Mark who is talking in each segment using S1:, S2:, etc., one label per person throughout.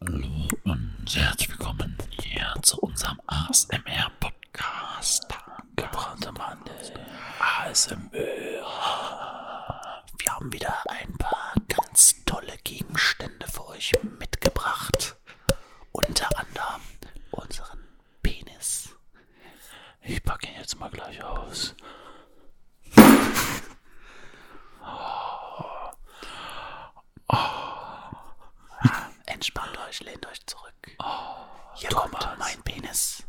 S1: Hallo und herzlich willkommen hier zu unserem ASMR-Podcast. Gebrannte Mandel. ASMR. Wir haben wieder ein paar ganz tolle Gegenstände für euch mitgebracht. Unter anderem unseren Penis. Ich packe ihn jetzt mal gleich aus. Entspannt euch, lehnt euch zurück.
S2: Oh,
S1: Hier kommt mein Penis.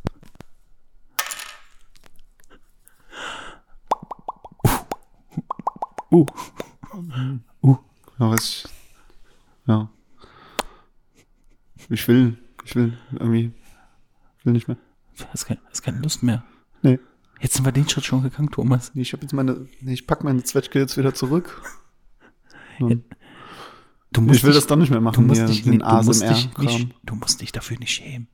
S3: Ja, weiß ich. Ja. Ich will, ich will irgendwie, will nicht mehr.
S2: Hast keine, hast keine Lust mehr.
S3: Nee,
S2: Jetzt sind wir den Schritt schon gegangen, Thomas.
S3: nee ich habe jetzt meine, nee, ich pack meine Zwetschge jetzt wieder zurück. Nun,
S2: Du
S3: ich will das doch nicht mehr
S2: du
S3: machen,
S2: musst
S3: hier,
S2: dich,
S3: den
S2: du, musst dich
S3: ASMR-Kram.
S2: nicht, du musst dich dafür nicht schämen.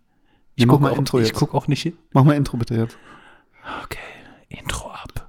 S3: Nee, mach
S2: guck
S3: mal
S2: auch,
S3: Intro
S2: ich
S3: jetzt.
S2: guck auch nicht hin.
S3: Mach mal Intro bitte jetzt.
S2: Okay, Intro ab.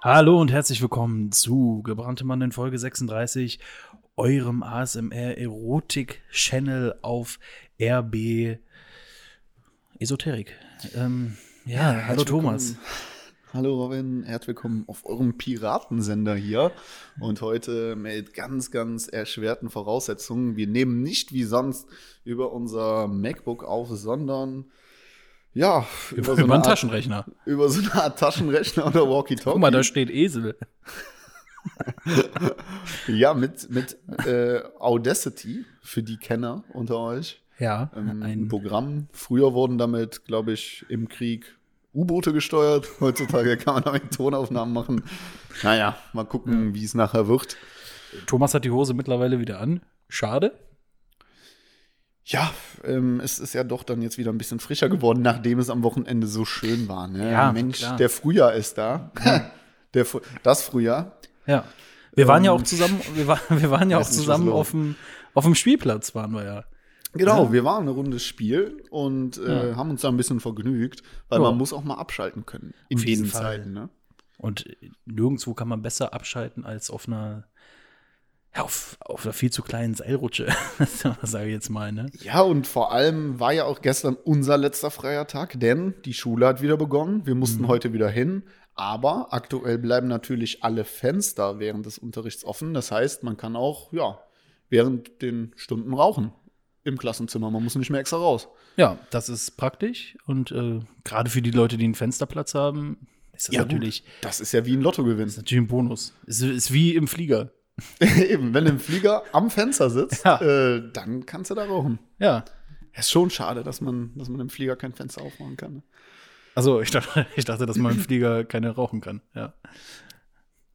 S2: Hallo und herzlich willkommen zu Gebrannte Mann in Folge 36, eurem ASMR Erotik Channel auf RB Esoterik. Ähm, ja, hallo
S3: Herzlich
S2: Thomas.
S3: willkommen. Hallo Robin, herzlich willkommen auf eurem Piratensender hier und heute mit ganz, ganz erschwerten Voraussetzungen. Wir nehmen nicht wie sonst über unser MacBook auf, sondern ja,
S2: Über, über
S3: so eine
S2: einen
S3: Art-
S2: Taschenrechner.
S3: über so eine Art Taschenrechner oder
S2: Guck mal, da
S3: Walkie-Talkie.
S2: steht Esel.
S3: Ja, mit, mit äh, Audacity für die Kenner unter euch.
S2: Ja,
S3: Ähm, ein
S2: ein
S3: Programm. Früher wurden damit, glaube ich, im Krieg U-Boote gesteuert. Heutzutage kann man damit Tonaufnahmen machen. Naja, mal gucken, wie es nachher wird.
S2: Thomas hat die Hose mittlerweile wieder an. Schade.
S3: Ja, ähm, es ist ja doch dann jetzt wieder ein bisschen frischer geworden, nachdem es am Wochenende so schön war. Ne?
S2: Ja,
S3: Mensch,
S2: klar.
S3: der Frühjahr ist da. Der, Fr- das Frühjahr.
S2: Ja. Wir waren ja
S3: Ähm,
S2: auch zusammen, wir, war, wir waren ja auch
S3: weiß nicht, was
S2: zusammen
S3: los.
S2: auf dem, auf dem Spielplatz, waren wir ja.
S3: Genau,
S2: Ja.
S3: wir waren eine Runde Spiel und äh, haben uns da ein bisschen vergnügt, weil
S2: Ja.
S3: man muss auch mal abschalten können in
S2: Auf jeden
S3: diesen
S2: Fall.
S3: Zeiten. Ne?
S2: Und nirgendwo kann man besser abschalten als auf einer, ja, auf, auf einer viel zu kleinen Seilrutsche, sage ich jetzt mal, ne?
S3: Ja, und vor allem war ja auch gestern unser letzter freier Tag, denn die Schule hat wieder begonnen, wir
S2: Mhm.
S3: mussten heute wieder hin, aber aktuell bleiben natürlich alle Fenster während des Unterrichts offen. Das heißt, man kann auch, ja, während den Stunden rauchen im Klassenzimmer. Man muss nicht mehr extra raus.
S2: Ja, das ist praktisch. Und äh, gerade für die Leute, die einen Fensterplatz haben, ist das
S3: Ja, gut.
S2: natürlich,
S3: Das ist ja wie ein Lottogewinn.
S2: ist natürlich ein Bonus. Ist, ist wie im Flieger.
S3: Eben, wenn du im Flieger am Fenster sitzt,
S2: Ja.
S3: äh, dann kannst du da rauchen.
S2: Ja.
S3: Es ist schon schade, dass man, dass man im Flieger kein Fenster aufmachen kann. ne?
S2: Also ich dachte, ich dachte, dass man im Flieger keine rauchen kann. Ja.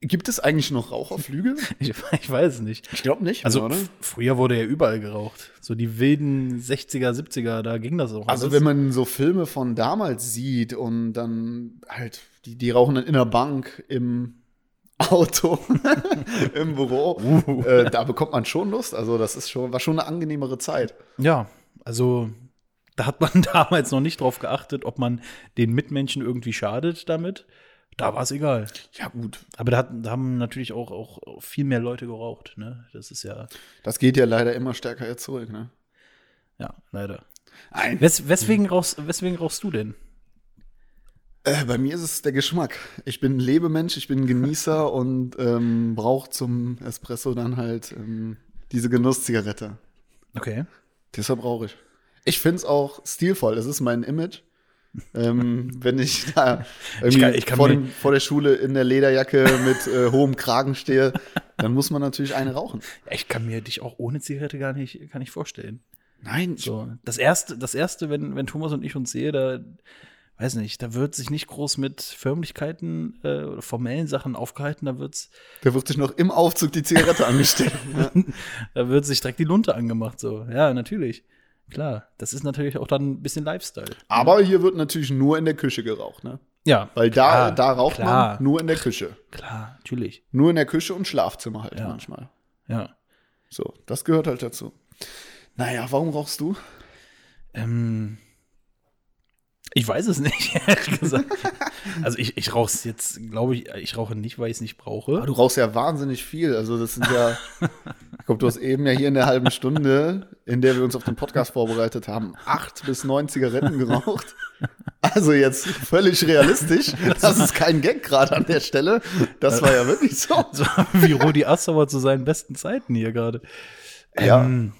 S3: Gibt es eigentlich noch Raucherflüge?
S2: Ich, ich weiß es nicht.
S3: Ich glaube nicht.
S2: Also
S3: oder?
S2: f- früher wurde ja überall geraucht. So die wilden 60er, 70er, da ging das auch.
S3: also
S2: alles.
S3: wenn man so Filme von damals sieht und dann halt, die, die rauchen dann in der Bank, im Auto, im Büro, äh, da bekommt man schon Lust. Also das ist schon, war schon eine angenehmere Zeit.
S2: Ja, also da hat man damals noch nicht drauf geachtet, ob man den Mitmenschen irgendwie schadet damit. Da war es egal.
S3: Ja gut,
S2: Aber da, hat, da haben natürlich auch, auch viel mehr Leute geraucht. Ne? Das ist ja,
S3: das geht ja leider immer stärker jetzt zurück. Ne?
S2: ja, leider.
S3: Nein,
S2: Wes, weswegen, rauchst, weswegen rauchst du denn?
S3: Äh, bei mir ist es der Geschmack. Ich bin Lebemensch, ich bin Genießer und ähm, brauche zum Espresso dann halt ähm, diese Genusszigarette.
S2: Okay.
S3: Deshalb brauche ich. Ich finde es auch stilvoll. Es ist mein Image. ähm, wenn ich da irgendwie
S2: Ich kann- ich kann
S3: vor,
S2: mir-
S3: dem, vor der Schule in der Lederjacke mit äh, hohem Kragen stehe, dann muss man natürlich eine rauchen.
S2: Ich kann mir dich auch ohne Zigarette gar nicht, gar nicht vorstellen.
S3: Nein,
S2: So, das erste, das erste wenn, wenn Thomas und ich uns sehen, da weiß nicht, da wird sich nicht groß mit Förmlichkeiten äh, oder formellen Sachen aufgehalten, da wird's,
S3: Da wird sich noch im Aufzug die Zigarette ne? angesteckt. Ja.
S2: da wird sich direkt die Lunte angemacht, so. Ja, natürlich. Klar, das ist natürlich auch dann ein bisschen Lifestyle.
S3: Aber hier wird natürlich nur in der Küche geraucht, ne?
S2: Ja,
S3: Weil da,
S2: klar,
S3: da raucht
S2: klar,
S3: man nur in der Küche.
S2: Klar, natürlich.
S3: Nur in der Küche und Schlafzimmer halt
S2: Ja.
S3: manchmal.
S2: Ja.
S3: So, das gehört halt dazu. Naja, warum rauchst du?
S2: Ähm, ich weiß es nicht, ehrlich gesagt. Also ich, ich rauche es jetzt, glaube ich, ich rauche nicht, weil ich es nicht brauche.
S3: Aber du rauchst ja wahnsinnig viel. Also, das sind ja. Ich glaube, du hast eben ja hier in der halben Stunde, in der wir uns auf den Podcast vorbereitet haben, acht bis neun Zigaretten geraucht. Also, jetzt völlig realistisch. Das ist kein Gag gerade an der Stelle. Das war ja wirklich so.
S2: So wie Rudi Assauer zu seinen besten Zeiten hier gerade.
S3: Ja.
S2: Ähm,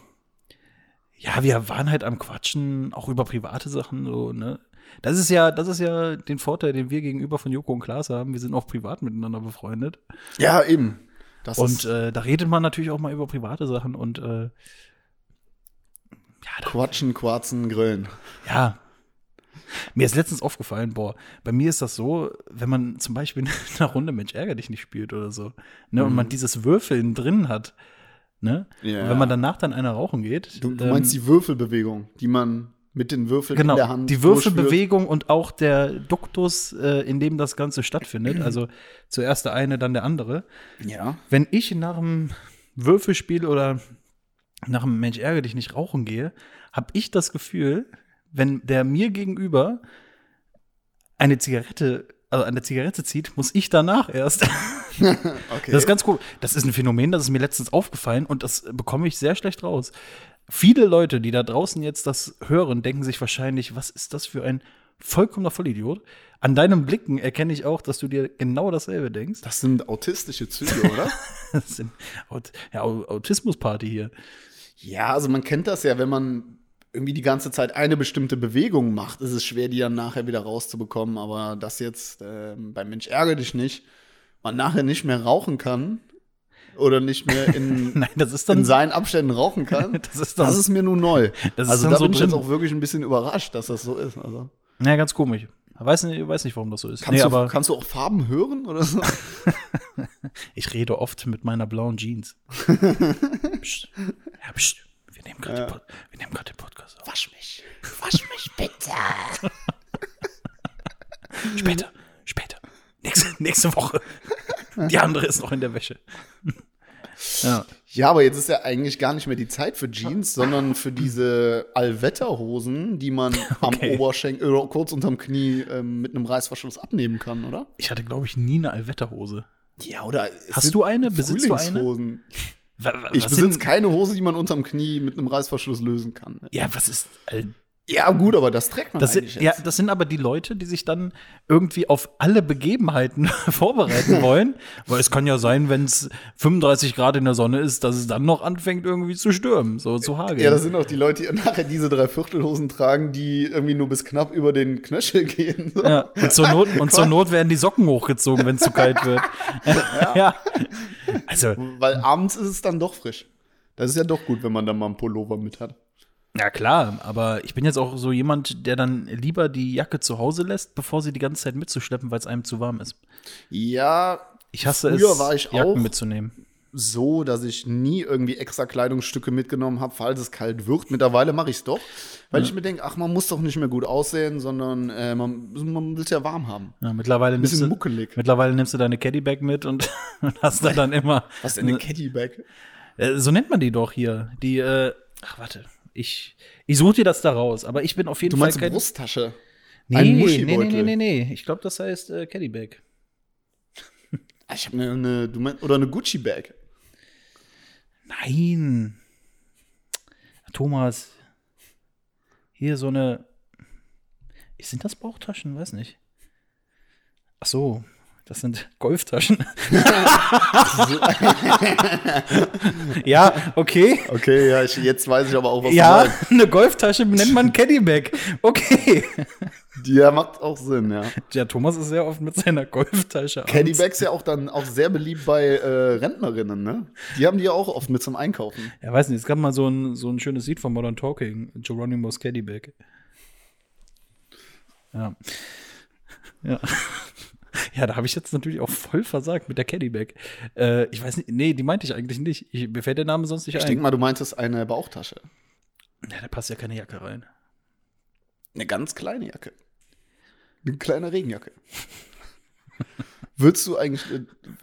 S2: ja, wir waren halt am Quatschen, auch über private Sachen, so, ne? Das ist ja, das ist ja den Vorteil, den wir gegenüber von Joko und Klaas haben. Wir sind auch privat miteinander befreundet.
S3: Ja, eben. Das
S2: und äh, da redet man natürlich auch mal über private Sachen und äh,
S3: Quatschen, Quarzen, Grillen.
S2: Ja. Mir ist letztens aufgefallen, boah, bei mir ist das so, wenn man zum Beispiel in einer Runde Mensch ärger dich nicht spielt oder so, ne, und
S3: Mhm.
S2: man dieses Würfeln drin hat, ne,
S3: Ja.
S2: und wenn man danach dann einer rauchen geht,
S3: Du, du
S2: ähm,
S3: meinst die Würfelbewegung, die man mit den Würfeln
S2: genau,
S3: in der Hand
S2: die
S3: durchführt.
S2: Würfelbewegung und auch der Duktus, äh, in dem das Ganze stattfindet, also zuerst der eine, dann der andere,
S3: Ja.
S2: wenn ich nach einem Würfelspiel oder nach einem Mensch ärgere dich nicht rauchen gehe, habe ich das Gefühl, wenn der mir gegenüber eine Zigarette, also eine Zigarette zieht, muss ich danach erst.
S3: Okay.
S2: Das ist ganz cool. Das ist ein Phänomen, das ist mir letztens aufgefallen und das bekomme ich sehr schlecht raus. Viele Leute, die da draußen jetzt das hören, denken sich wahrscheinlich, was ist das für ein vollkommener Vollidiot? An deinen Blicken erkenne ich auch, dass du dir genau dasselbe denkst.
S3: das sind autistische Züge, oder?
S2: Das sind Aut ja, Au- Autismusparty hier.
S3: Ja, also man kennt das ja, wenn man irgendwie die ganze Zeit eine bestimmte Bewegung macht, ist es schwer, die dann nachher wieder rauszubekommen. Aber das jetzt ähm, beim Mensch ärgere dich nicht, man nachher nicht mehr rauchen kann oder nicht mehr in,
S2: Nein, das ist dann,
S3: in seinen Abständen rauchen kann,
S2: das ist dann,
S3: das ist mir nun neu.
S2: Das ist
S3: also
S2: dann
S3: da
S2: so
S3: bin ich jetzt
S2: drin.
S3: auch wirklich ein bisschen überrascht, dass das so ist. Also,
S2: ja ganz komisch. Weiß nicht, weiß nicht, warum das so ist.
S3: kannst,
S2: nee,
S3: du,
S2: aber
S3: kannst du auch Farben hören oder so?
S2: ich rede oft mit meiner blauen Jeans. psst. Ja, psst. Wir nehmen gerade den, Pod- wir nehmen gerade den Podcast auf.
S1: Wasch mich. Wasch mich bitte.
S2: Später, später. Nächste, nächste Woche. Die andere ist noch in der Wäsche. Ja.
S3: Ja, aber jetzt ist ja eigentlich gar nicht mehr die Zeit für Jeans, sondern für diese Allwetterhosen, die man
S2: Okay.
S3: am Oberschenkel oder kurz unterm Knie ähm, mit einem Reißverschluss abnehmen kann, oder?
S2: Ich hatte, glaube ich, nie eine Allwetterhose.
S3: Ja, oder
S2: Hast du eine? Besitzt du eine? Wa- wa-
S3: Ich
S2: was
S3: besitze
S2: sind-
S3: keine Hose, die man unterm Knie mit einem Reißverschluss lösen kann.
S2: Ja, was ist. All
S3: Ja, gut, aber das trägt man
S2: Das
S3: eigentlich
S2: sind, ja,
S3: jetzt.
S2: das sind aber die Leute, die sich dann irgendwie auf alle Begebenheiten vorbereiten wollen. Weil es kann ja sein, wenn es 35 Grad in der Sonne ist, dass es dann noch anfängt, irgendwie zu stürmen, so zu hageln.
S3: Ja, das sind auch die Leute, die nachher diese Dreiviertelhosen tragen, die irgendwie nur bis knapp über den Knöchel gehen. So.
S2: Ja, und, zur Not, und zur Not werden die Socken hochgezogen, wenn es zu kalt wird. ja. Also,
S3: Weil abends ist es dann doch frisch. Das ist ja doch gut, wenn man dann mal einen Pullover mit hat.
S2: ja klar, aber ich bin jetzt auch so jemand, der dann lieber die Jacke zu Hause lässt, bevor sie die ganze Zeit mitzuschleppen, weil es einem zu warm ist.
S3: Ja,
S2: Ich hasse es,
S3: Früher war ich
S2: Jacken
S3: auch-
S2: mitzunehmen.
S3: so, dass ich nie irgendwie extra Kleidungsstücke mitgenommen habe, falls es kalt wird. Mittlerweile mache ich es doch, weil ich mir denke, ach, man muss doch nicht mehr gut aussehen, sondern äh, man, man will es ja warm haben.
S2: Ja, mittlerweile nimmst
S3: Bisschen
S2: du-
S3: muckelig.
S2: Mittlerweile nimmst du deine Caddybag mit und, und hast da dann immer.
S3: Was denn eine Caddybag?
S2: Äh, so nennt man die doch hier. Die, äh, ach, warte. Ich, ich suche dir das da raus, aber ich bin auf jeden
S3: Du meinst
S2: Fall kein.
S3: eine Brusttasche?
S2: nee,
S3: ein
S2: nee, nee, nee,
S3: Muschibeutel.
S2: nee, nee. Ich glaube, das heißt äh, Caddybag.
S3: Ah, Ich habe eine, eine du meinst, oder eine Gucci-Bag.
S2: Nein. Thomas. Hier so eine. Sind das Bauchtaschen? Weiß nicht. Ach so. Das sind Golftaschen. ja, okay.
S3: Okay, ja, ich, jetzt weiß ich aber auch, was
S2: Ja,
S3: du meinst.
S2: eine Golftasche nennt man Caddybag. Okay.
S3: Ja, macht auch Sinn, ja.
S2: Ja, Thomas ist sehr oft mit seiner Golftasche. abends.
S3: Caddybag ist ja auch dann auch sehr beliebt bei äh, Rentnerinnen, ne? Die haben die ja auch oft mit zum Einkaufen.
S2: Ja, weiß nicht, es gab mal so ein, so ein schönes Lied von Modern Talking, Geronimo's Caddybag. Ja. Ja. Ja, da habe ich jetzt natürlich auch voll versagt mit der Caddyback. Äh, ich weiß nicht, nee, die meinte ich eigentlich nicht. Ich, mir fällt der Name sonst nicht
S3: Ich
S2: ein.
S3: denke mal, du meintest eine Bauchtasche.
S2: Ja, da passt ja keine Jacke rein.
S3: Eine ganz kleine Jacke. Eine kleine Regenjacke. würdest du eigentlich, äh,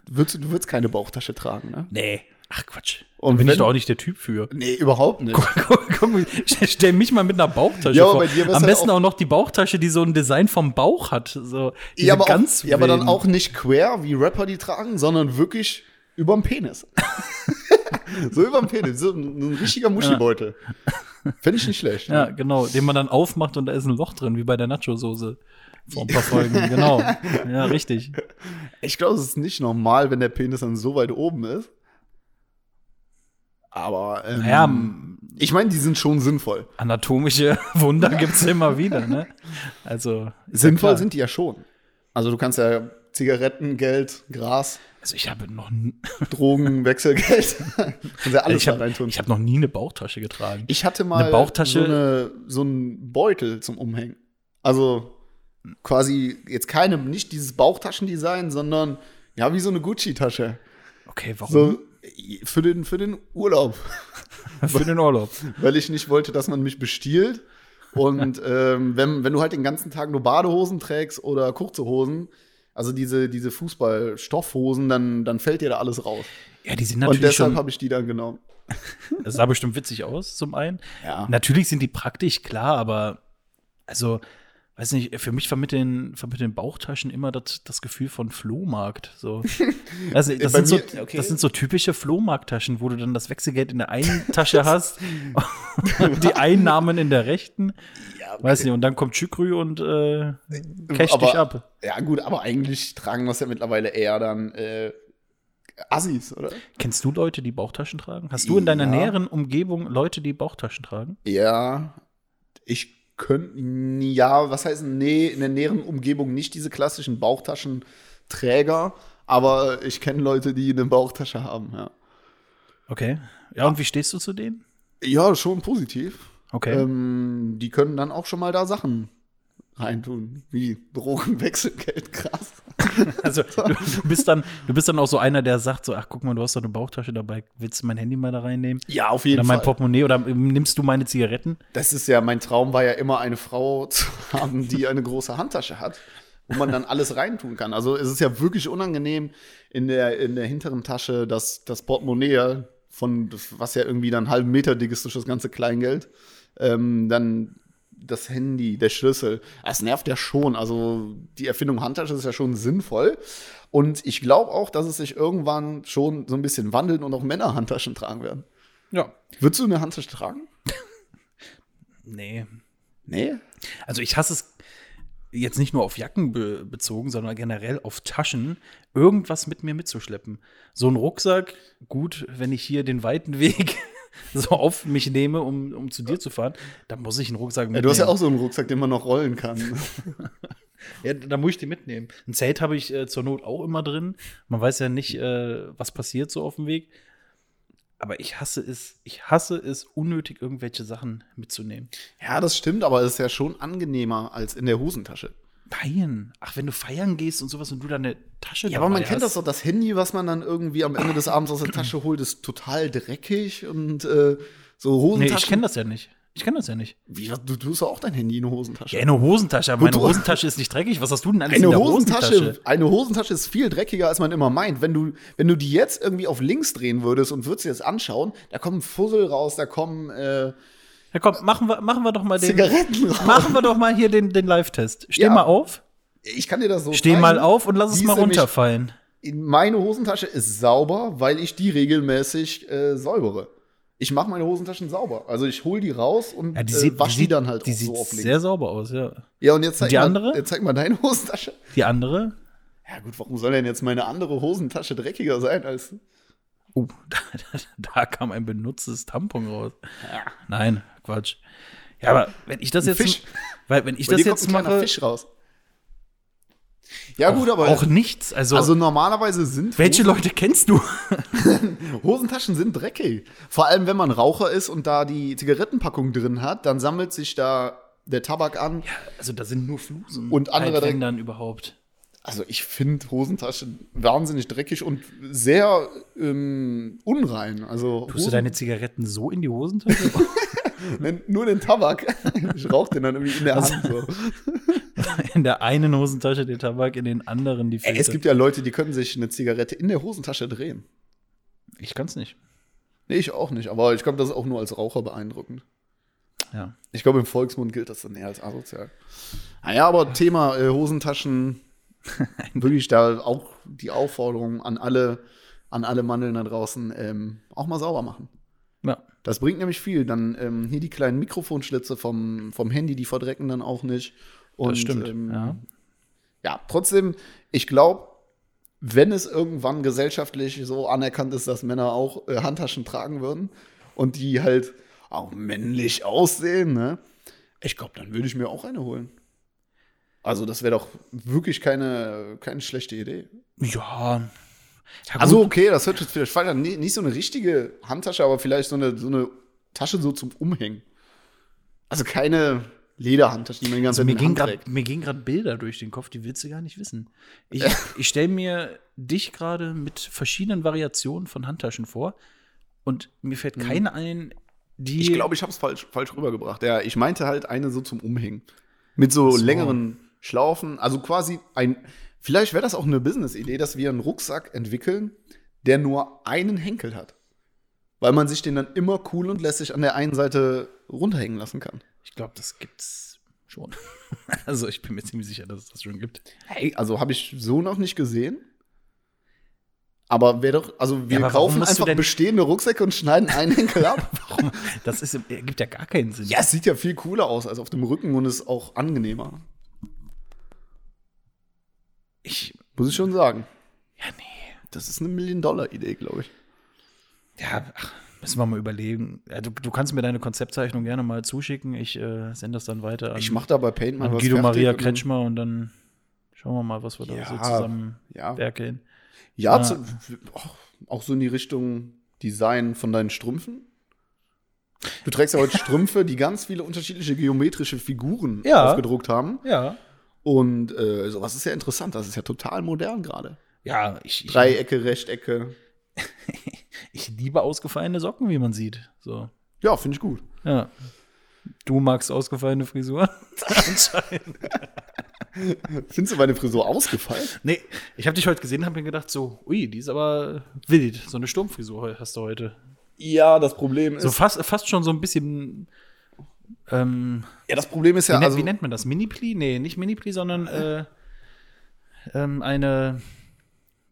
S3: würdest, du- du würdest keine Bauchtasche tragen, ne?
S2: Nee. Ach Quatsch.
S3: Und
S2: Und bin ich
S3: wenn-
S2: doch auch nicht der Typ für.
S3: Nee, überhaupt nicht.
S2: Guck, guck, stell mich mal mit einer Bauchtasche
S3: Ja, aber
S2: vor.
S3: bei dir wär's
S2: Am
S3: halt
S2: besten
S3: auch-
S2: auch, noch die Bauchtasche, die so ein Design vom Bauch hat. So, diese
S3: Ja, aber,
S2: ganz
S3: auch, ja, aber dann
S2: wilden.
S3: auch nicht quer, wie Rapper die tragen, sondern wirklich überm Penis. so überm Penis, so ein, ein richtiger Muschibeutel. Fände ich nicht schlecht. ne?
S2: Ja, genau, den man dann aufmacht und da ist ein Loch drin, wie bei der Nacho-Soße. Vor ein paar Folgen, genau. Ja, richtig.
S3: Ich glaube, es ist nicht normal, wenn der Penis dann so weit oben ist. Aber ähm,
S2: Naja, m-
S3: ich meine, die sind schon sinnvoll.
S2: anatomische Wunder gibt's immer wieder, ne? Also. ist ja
S3: Sinnvoll
S2: klar.
S3: sind die ja schon. Also du kannst ja Zigaretten, Geld, Gras,
S2: Also, ich habe noch, n-
S3: Drogen, Wechselgeld. kannst ja alles
S2: ich
S3: da
S2: hab,
S3: reintun.
S2: ich hab noch nie eine Bauchtasche getragen.
S3: Ich hatte mal
S2: Eine Bauchtasche?
S3: So, eine, so einen Beutel zum Umhängen. Also quasi jetzt keine, nicht dieses Bauchtaschendesign, sondern ja, wie so eine Gucci-Tasche.
S2: Okay, warum?
S3: So für den, für den Urlaub,
S2: Für den Urlaub.
S3: weil ich nicht wollte, dass man mich bestiehlt. Und ähm, wenn, wenn du halt den ganzen Tag nur Badehosen trägst oder kurze Hosen, also diese, diese Fußballstoffhosen, dann, dann fällt dir da alles raus.
S2: Ja, die sind
S3: Und
S2: natürlich
S3: deshalb
S2: schon
S3: habe ich die dann genommen.
S2: Es sah bestimmt witzig aus, zum einen.
S3: Ja.
S2: Ah. Natürlich sind die praktisch, klar, aber also, weiß nicht, für mich vermitteln, vermitteln Bauchtaschen immer das, das Gefühl von Flohmarkt. So. Also, das,
S3: Bei
S2: sind so,
S3: mir- okay.
S2: das sind so typische Flohmarkttaschen, wo du dann das Wechselgeld in der einen Tasche hast, und die Einnahmen in der rechten.
S3: Ja,
S2: Weiß nicht, und dann kommt Chükrü und äh, cash
S3: Aber-
S2: dich ab.
S3: Ja, gut, aber eigentlich tragen das ja mittlerweile eher dann äh, Assis, oder?
S2: Kennst du Leute, die Bauchtaschen tragen? Hast du in deiner
S3: Ja.
S2: näheren Umgebung Leute, die Bauchtaschen tragen?
S3: Ja. Ich könnte, ja, was heißt, nee, in der näheren Umgebung nicht diese klassischen Bauchtaschenträger, aber ich kenne Leute, die eine Bauchtasche haben, ja.
S2: Okay. Ja, und wie stehst du zu denen?
S3: Ja, schon positiv.
S2: Okay.
S3: Ähm, die können dann auch schon mal da Sachen reintun, wie Drogen, Wechselgeld, krass.
S2: Also du, du bist dann, du bist dann auch so einer, der sagt so, ach guck mal, du hast doch eine Bauchtasche dabei, willst du mein Handy mal da reinnehmen?
S3: Ja, auf
S2: Oder
S3: jeden
S2: mein
S3: Fall.
S2: Portemonnaie oder ähm, nimmst du meine Zigaretten?
S3: Das ist ja, mein Traum war ja immer, eine Frau zu haben, die eine große Handtasche hat, wo man dann alles reintun kann. Also es ist ja wirklich unangenehm in der, in der hinteren Tasche, dass das Portemonnaie von, was ja irgendwie dann einen halben Meter dick ist durch das ganze Kleingeld, ähm, dann das Handy, der Schlüssel. Es nervt ja schon. Also die Erfindung Handtasche ist ja schon sinnvoll. Und ich glaube auch, dass es sich irgendwann schon so ein bisschen wandelt und auch Männer Handtaschen tragen werden.
S2: Ja.
S3: Würdest du eine Handtasche tragen?
S2: Nee.
S3: Nee.
S2: Also ich hasse es jetzt nicht nur auf Jacken be bezogen, sondern generell auf Taschen, irgendwas mit mir mitzuschleppen. So ein Rucksack, gut, wenn ich hier den weiten Weg so auf mich nehme, um, um zu dir zu fahren, dann muss ich einen Rucksack mitnehmen.
S3: Ja, du hast ja auch so einen Rucksack, den man noch rollen kann.
S2: Ja, da muss ich die mitnehmen. Ein Zelt habe ich äh, zur Not auch immer drin. Man weiß ja nicht, äh, was passiert so auf dem Weg. Aber ich hasse es, ich hasse es, unnötig irgendwelche Sachen mitzunehmen.
S3: Ja, das stimmt, aber es ist ja schon angenehmer als in der Hosentasche.
S2: Nein. Ach, wenn du feiern gehst und sowas und du deine Tasche
S3: Ja, aber man
S2: dabei
S3: kennt das
S2: hast.
S3: doch, das Handy, was man dann irgendwie am Ende des Abends aus der Tasche holt, ist total dreckig und äh, so
S2: Nee,
S3: Hosentaschen.
S2: ich kenne das ja nicht. Ich kenne das ja nicht.
S3: Wie, was, du tust doch auch dein Handy in eine Hosentasche.
S2: Ja, eine Hosentasche, aber meine
S3: du-
S2: Hosentasche ist nicht dreckig. Was hast du denn alles in
S3: Eine
S2: der
S3: Hosentasche,
S2: Hosentasche?
S3: eine Hosentasche ist viel dreckiger, als man immer meint. Wenn du, wenn du die jetzt irgendwie auf links drehen würdest und würdest dir das anschauen, da kommen Fussel raus, da kommen äh,
S2: Ja, komm, machen wir, machen wir doch mal den.
S3: Zigaretten raus.
S2: Machen wir doch mal hier den, den Live-Test. Steh
S3: Ja.
S2: mal auf,
S3: Ich kann dir das so
S2: steh
S3: zeigen.
S2: mal auf und lass es
S3: Die
S2: mal
S3: ist nämlich
S2: runterfallen.
S3: meine Hosentasche ist sauber, weil ich die regelmäßig äh, säubere. Ich mache meine Hosentaschen sauber. Also ich hole die raus und
S2: Ja, die
S3: äh,
S2: sieht,
S3: wasche
S2: die
S3: die,
S2: sieht,
S3: dann halt
S2: die
S3: auch
S2: sieht
S3: so auf links.
S2: sehr sauber aus, ja.
S3: ja, und jetzt zeig,
S2: die
S3: mal,
S2: andere?
S3: jetzt zeig mal deine Hosentasche.
S2: Die andere,
S3: Ja gut, warum soll denn jetzt meine andere Hosentasche dreckiger sein als
S2: oh, da, da, da kam ein benutztes Tampon raus. Nein, Quatsch. Ja, aber wenn ich das
S3: Ein
S2: jetzt,
S3: Fisch.
S2: weil wenn ich
S3: Bei
S2: das
S3: dir kommt
S2: jetzt
S3: ein kleiner
S2: mache,
S3: Fisch raus. Ja gut, aber
S2: auch nichts. Also,
S3: also normalerweise sind
S2: welche Leute kennst du?
S3: Hosentaschen sind dreckig. Vor allem, wenn man Raucher ist und da die Zigarettenpackung drin hat, dann sammelt sich da der Tabak an.
S2: Also da sind nur Flusen.
S3: Und andere
S2: Halt, wenn dann überhaupt.
S3: Also ich finde Hosentasche wahnsinnig dreckig und sehr ähm, unrein. Also
S2: Tust du
S3: Hosen-
S2: deine Zigaretten so in die Hosentasche?
S3: Nein, nur den Tabak. Ich rauche den dann irgendwie in der Hand. So.
S2: in der einen Hosentasche den Tabak, in den anderen die
S3: Ey,
S2: Filter.
S3: Äh, es gibt ja Leute, die können sich eine Zigarette in der Hosentasche drehen.
S2: ich kann es nicht.
S3: Nee, ich auch nicht. Aber ich glaube, das ist auch nur als Raucher beeindruckend.
S2: Ja.
S3: Ich glaube, im Volksmund gilt das dann eher als asozial. Naja, Ah aber Thema äh, Hosentaschen, wirklich da auch die Aufforderung an alle, an alle Mandeln da draußen, ähm, auch mal sauber machen.
S2: ja.
S3: Das bringt nämlich viel. Dann ähm, hier die kleinen Mikrofonschlitze vom, vom Handy, die verdrecken dann auch nicht. Und,
S2: das stimmt.
S3: ähm,
S2: ja.
S3: ja, trotzdem, ich glaube, wenn es irgendwann gesellschaftlich so anerkannt ist, dass Männer auch äh, Handtaschen tragen würden und die halt auch männlich aussehen, ne? Ich glaube, dann würde ich mir auch eine holen. Also, das wäre doch wirklich keine, keine schlechte Idee.
S2: Ja. Ja,
S3: Also,
S2: gut.
S3: okay, das hört jetzt vielleicht falsch an. Nee, nicht so eine richtige Handtasche, aber vielleicht so eine, so eine Tasche so zum Umhängen. Also keine Lederhandtasche, die man die ganze Zeit
S2: Also mir
S3: in der
S2: gehen
S3: Hand trägt.
S2: grad- mir gehen gerade Bilder durch den Kopf, die willst du gar nicht wissen. Ich, ich stelle mir dich gerade mit verschiedenen Variationen von Handtaschen vor und mir fällt keine ein, die.
S3: Mhm. Ich glaube, ich habe es falsch, falsch rübergebracht. Ja, ich meinte halt eine so zum Umhängen. Mit so,
S2: So.
S3: längeren Schlaufen. Also quasi ein. Vielleicht wäre das auch eine Business-Idee, dass wir einen Rucksack entwickeln, der nur einen Henkel hat. Weil man sich den dann immer cool und lässig an der einen Seite runterhängen lassen kann.
S2: Ich glaube, das gibt's schon. also ich bin mir ziemlich sicher, dass es das schon gibt.
S3: Hey, also habe ich so noch nicht gesehen. Aber wäre doch, also wir
S2: aber warum
S3: kaufen
S2: musst du
S3: einfach
S2: denn-
S3: bestehende Rucksäcke und schneiden einen Henkel ab.
S2: Warum? Das ist, ergibt ja gar keinen Sinn.
S3: Ja, es sieht ja viel cooler aus als auf dem Rücken und ist auch angenehmer.
S2: Ich,
S3: Muss ich schon sagen.
S2: ja, nee.
S3: Das ist eine Million-Dollar-Idee, glaube ich.
S2: Ja, ach, müssen wir mal überlegen. Ja, du, du kannst mir deine Konzeptzeichnung gerne mal zuschicken. Ich äh, sende das dann weiter an,
S3: Ich mache da bei Paint mal
S2: an
S3: was
S2: Guido
S3: fertig
S2: Maria
S3: und dann-
S2: Kretschmer und dann schauen wir mal, was wir da so
S3: Ja,
S2: zusammen
S3: Ja,
S2: werkeln.
S3: ja
S2: Ah.
S3: zu, och, auch so in die Richtung Design von deinen Strümpfen. Du trägst ja heute Strümpfe, die ganz viele unterschiedliche geometrische Figuren
S2: Ja.
S3: aufgedruckt haben.
S2: Ja.
S3: Und äh, sowas ist ja interessant. Das ist ja total modern gerade.
S2: Ja, ich, ich,
S3: Dreiecke, Rechtecke.
S2: ich liebe ausgefallene Socken, wie man sieht. So.
S3: Ja, finde ich gut.
S2: Ja. Du magst ausgefallene Frisuren? Anscheinend.
S3: Findest du meine Frisur ausgefallen?
S2: Nee, ich habe dich heute gesehen und habe mir gedacht, so, ui, die ist aber wild. So eine Sturmfrisur heu- hast du heute.
S3: Ja, das Problem ist.
S2: So fast, fast schon so ein bisschen. Ähm,
S3: ja, das Problem ist
S2: wie,
S3: ja,
S2: ne-
S3: also,
S2: wie nennt man das? Mini-Pli? Nee, nicht Mini-Pli, sondern äh, ähm, eine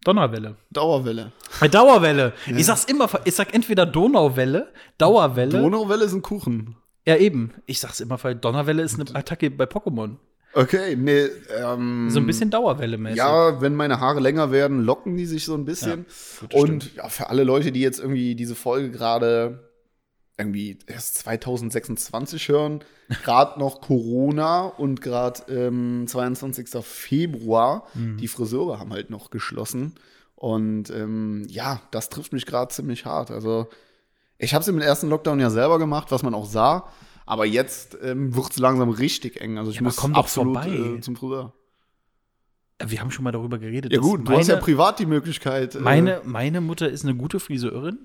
S2: Donnerwelle.
S3: Dauerwelle.
S2: Eine Dauerwelle. Ich sag's immer, fa- ich sag entweder Donauwelle, Dauerwelle.
S3: Donauwelle ist ein Kuchen.
S2: ja, eben. Ich sag's immer, weil Donnerwelle ist eine Attacke bei Pokémon.
S3: Okay, nee. Ähm,
S2: So ein bisschen Dauerwelle-mäßig.
S3: Ja, wenn meine Haare länger werden, locken die sich so ein bisschen.
S2: das
S3: und ja, für alle Leute, die jetzt irgendwie diese Folge gerade irgendwie erst 2026 hören, gerade noch Corona und gerade ähm, 22. Februar,
S2: Mhm.
S3: die Friseure haben halt noch geschlossen. Und ähm, ja, das trifft mich gerade ziemlich hart. Also ich habe es im ersten Lockdown ja selber gemacht, was man auch sah. Aber jetzt ähm, wird es langsam richtig eng. Also ich
S2: Ja, aber
S3: muss
S2: komm doch
S3: absolut
S2: vorbei.
S3: Äh, zum Friseur.
S2: Wir haben schon mal darüber geredet.
S3: Ja
S2: dass
S3: gut, du hast ja
S2: meine-
S3: privat die Möglichkeit. äh,
S2: Meine, meine Mutter ist eine gute Friseurin,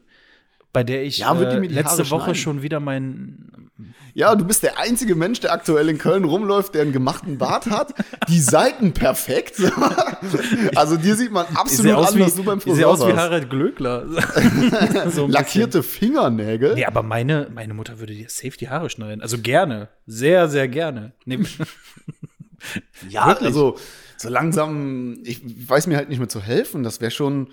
S2: bei der ich
S3: Ja, wird die
S2: äh,
S3: mir die
S2: letzte
S3: Haare
S2: Woche
S3: schneiden?
S2: schon wieder meinen.
S3: ja, du bist der einzige Mensch, der aktuell in Köln rumläuft, der einen gemachten Bart hat, die Seiten perfekt. also dir sieht man
S2: Ich sehe
S3: absolut
S2: aus,
S3: an,
S2: wie,
S3: dass du beim
S2: ich sehe
S3: Friseur
S2: aus wie
S3: warst.
S2: Harald Glöckler. so ein
S3: Lackierte Fingernägel.
S2: bisschen. Nee, aber meine, meine Mutter würde dir safe die Haare schneiden. Also gerne. Sehr, sehr gerne. Nee,
S3: Ja, also so langsam, ich weiß mir halt nicht mehr zu helfen. Das wäre schon,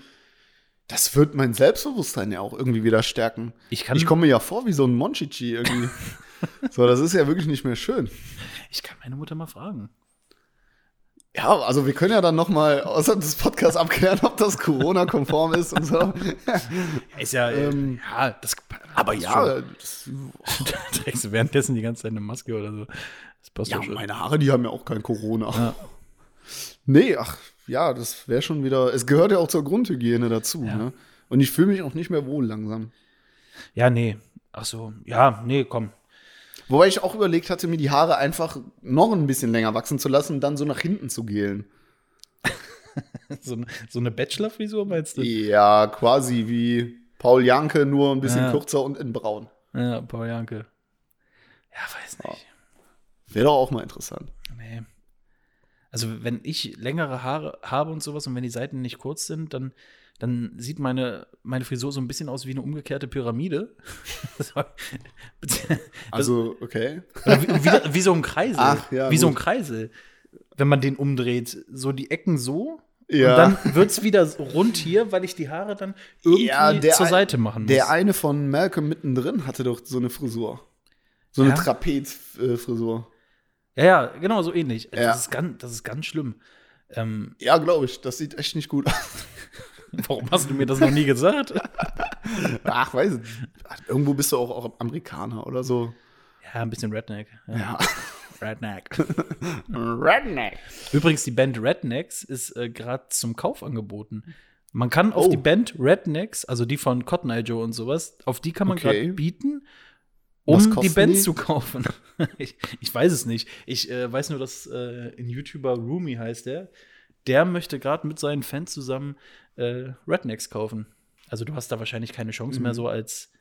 S3: das wird mein Selbstbewusstsein ja auch irgendwie wieder stärken.
S2: Ich kann-
S3: komme mir ja vor wie so ein Monchichi irgendwie. so, das ist ja wirklich nicht mehr schön.
S2: ich kann meine Mutter mal fragen.
S3: Ja, also wir können ja dann noch mal außerhalb des Podcasts abklären, ob das Corona-konform ist und so.
S2: Ist ja. äh,
S3: Ähm,
S2: ja, das.
S3: Aber ja, das,
S2: Schon, trägst du währenddessen die ganze Zeit eine Maske oder so. Das passt
S3: ja,
S2: doch schon.
S3: meine Haare, die haben ja auch kein Corona.
S2: Ja.
S3: Nee, ach ja, das wäre schon wieder. Es gehört ja auch zur Grundhygiene dazu.
S2: Ja.
S3: Ne? Und ich fühle mich auch nicht mehr wohl langsam.
S2: Ja, nee. Ach so. Ja, nee, komm.
S3: Wobei ich auch überlegt hatte, mir die Haare einfach noch ein bisschen länger wachsen zu lassen und dann so nach hinten zu gelen.
S2: So, eine- so eine Bachelor-Frisur meinst du?
S3: Ja, quasi wie Paul Janke, nur ein bisschen
S2: Ja.
S3: kürzer und in braun.
S2: Ja, Paul Janke. Ja, weiß nicht.
S3: Wäre doch auch mal interessant.
S2: Nee. Also, wenn ich längere Haare habe und sowas und wenn die Seiten nicht kurz sind, dann, dann sieht meine, meine Frisur so ein bisschen aus wie eine umgekehrte Pyramide. Das war-
S3: Also, okay.
S2: Oder wie, wie, wie so ein Kreisel.
S3: Ach, ja,
S2: wie so ein
S3: gut.
S2: Kreisel. Wenn man den umdreht, so die Ecken so.
S3: Ja.
S2: Und dann wird es wieder so rund hier, weil ich die Haare dann irgendwie
S3: Ja, der
S2: zur
S3: ein-
S2: Seite machen muss.
S3: Der eine von Malcolm mittendrin hatte doch so eine Frisur. So eine
S2: Ja.
S3: Trapezfrisur.
S2: ja, ja, genau, so ähnlich.
S3: Ja.
S2: Das, ist ganz, das ist ganz schlimm. Ähm,
S3: Ja, glaube ich. Das sieht echt nicht gut aus.
S2: warum hast du mir das noch nie gesagt?
S3: Ach, weiß ich. nicht. Irgendwo bist du auch, auch Amerikaner oder so.
S2: ja, ein bisschen Redneck. Ja,
S3: Ja.
S2: Redneck.
S3: Redneck.
S2: Übrigens, die Band Rednecks ist äh, gerade zum Kauf angeboten. Man kann auf
S3: Oh.
S2: die Band Rednecks, also die von Cotton Eye Joe und sowas, auf die kann man
S3: Okay.
S2: gerade bieten,
S3: Was
S2: um die
S3: kosten
S2: Band
S3: die?
S2: zu kaufen. ich, ich weiß es nicht. Ich äh, weiß nur, dass äh, ein YouTuber Rumi heißt der. Der möchte gerade mit seinen Fans zusammen äh, Rednecks kaufen. Also du hast da wahrscheinlich keine Chance
S3: Mhm.
S2: mehr so als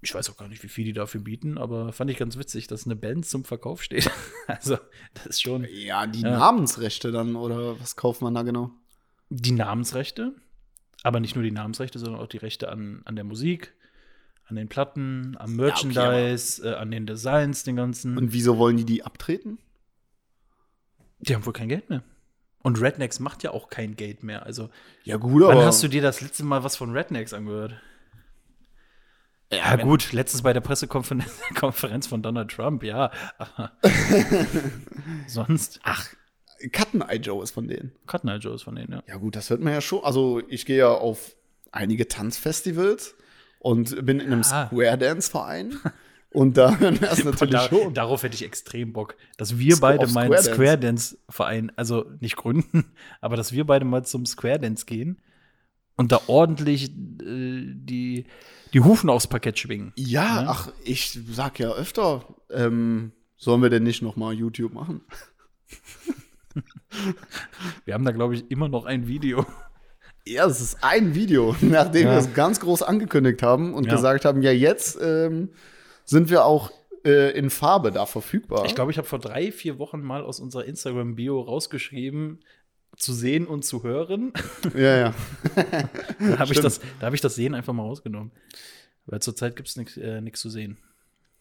S2: ich weiß auch gar nicht, wie viel die dafür bieten, aber fand ich ganz witzig, dass eine Band zum Verkauf steht. also, das ist schon.
S3: Ja, die
S2: Ja.
S3: Namensrechte dann oder was kauft man da genau?
S2: die Namensrechte, aber nicht nur die Namensrechte, sondern auch die Rechte an, an der Musik, an den Platten, am
S3: okay,
S2: Merchandise, äh, an den Designs, den ganzen.
S3: Und wieso wollen die die abtreten?
S2: die haben wohl kein Geld mehr. Und Rednecks macht ja auch kein Geld mehr. Also,
S3: Ja, gut,
S2: wann hast du dir das letzte Mal was von Rednecks angehört? Ja,
S3: wenn-
S2: gut, letztens bei der Pressekonferenz Konferenz von Donald Trump, ja. aber Sonst. Ach,
S3: Cutten Eye Joe ist von denen.
S2: Cotton Eye Joe ist von denen, ja.
S3: Ja, gut, das hört man ja schon. Also, ich gehe ja auf einige Tanzfestivals und bin in einem
S2: Ah.
S3: Square Dance Verein. Und da hören wir es natürlich
S2: Da,
S3: schon.
S2: Darauf hätte ich extrem Bock, dass wir
S3: Squ-
S2: beide
S3: auf
S2: mal einen
S3: Square
S2: Square Dance Verein, also nicht gründen, aber dass wir beide mal zum Square Dance gehen und da ordentlich äh, die, die Hufen aufs Parkett schwingen.
S3: Ja,
S2: Ne?
S3: ach, ich sag ja öfter, ähm, sollen wir denn nicht noch mal YouTube machen?
S2: Wir haben da, glaube ich, immer noch ein Video.
S3: Ja, es ist ein Video, nachdem
S2: Ja.
S3: wir es ganz groß angekündigt haben und
S2: Ja.
S3: gesagt haben, ja, jetzt ähm, sind wir auch äh, in Farbe da verfügbar.
S2: Ich glaube, ich habe vor drei, vier Wochen mal aus unserer Instagram-Bio rausgeschrieben, zu sehen und zu hören.
S3: ja, ja.
S2: Da habe ich,
S3: Stimmt.
S2: das- da hab ich das Sehen einfach mal rausgenommen. Weil zurzeit gibt es nichts äh, nix zu sehen.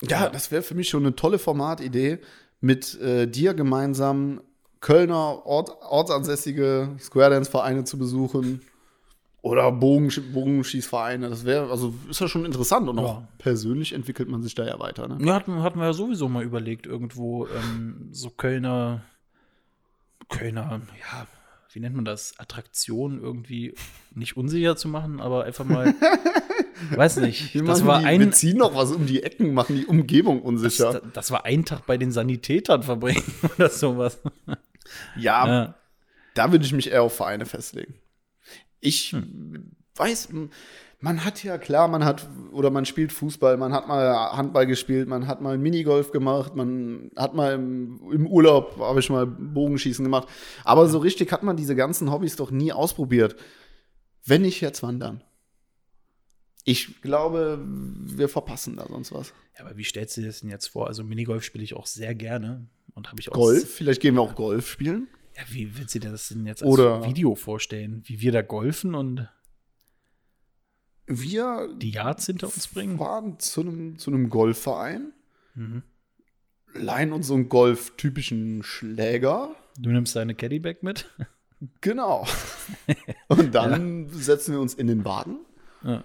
S3: Ja, das wäre für mich schon eine tolle Formatidee, mit äh, dir gemeinsam Kölner Ort, ortsansässige Square Dance Vereine zu besuchen oder Bogensch Bogenschießvereine. Das wäre, also ist ja schon interessant und auch
S2: Ja.
S3: persönlich entwickelt man sich da ja weiter. Ne?
S2: Ja, hatten, hatten wir ja sowieso mal überlegt, irgendwo ähm, so Kölner, Kölner, ja, wie nennt man das? Attraktion irgendwie nicht unsicher zu machen, aber einfach mal, weiß nicht.
S3: Wir
S2: Das
S3: machen
S2: war,
S3: die,
S2: ein,
S3: wir ziehen noch was um die Ecken, machen die Umgebung
S2: das,
S3: unsicher.
S2: das war ein Tag bei den Sanitätern verbringen oder sowas.
S3: ja,
S2: Ja.
S3: da würde ich mich eher auf Vereine festlegen. Ich
S2: Hm.
S3: weiß, m- man hat ja klar, man hat oder man spielt Fußball, man hat mal Handball gespielt, man hat mal Minigolf gemacht, man hat mal im, im Urlaub habe ich mal Bogenschießen gemacht, aber so richtig hat man diese ganzen Hobbys doch nie ausprobiert. Wenn nicht jetzt wandern. Ich glaube, wir verpassen da sonst was.
S2: ja, aber wie stellst du dir das denn jetzt vor? Also Minigolf spiele ich auch sehr gerne und habe ich auch.
S3: Golf, vielleicht gehen wir auch Golf spielen.
S2: Ja, wie willst du dir das denn jetzt als
S3: Oder-
S2: Video vorstellen? Wie wir da golfen und
S3: Wir
S2: die Yards hinter uns bringen?
S3: waren zu einem zu einem Golfverein
S2: Mhm.
S3: leihen uns so einen golftypischen Schläger.
S2: Du nimmst deine Caddyback mit?
S3: Genau. Und dann setzen wir uns in den Wagen
S2: Ja.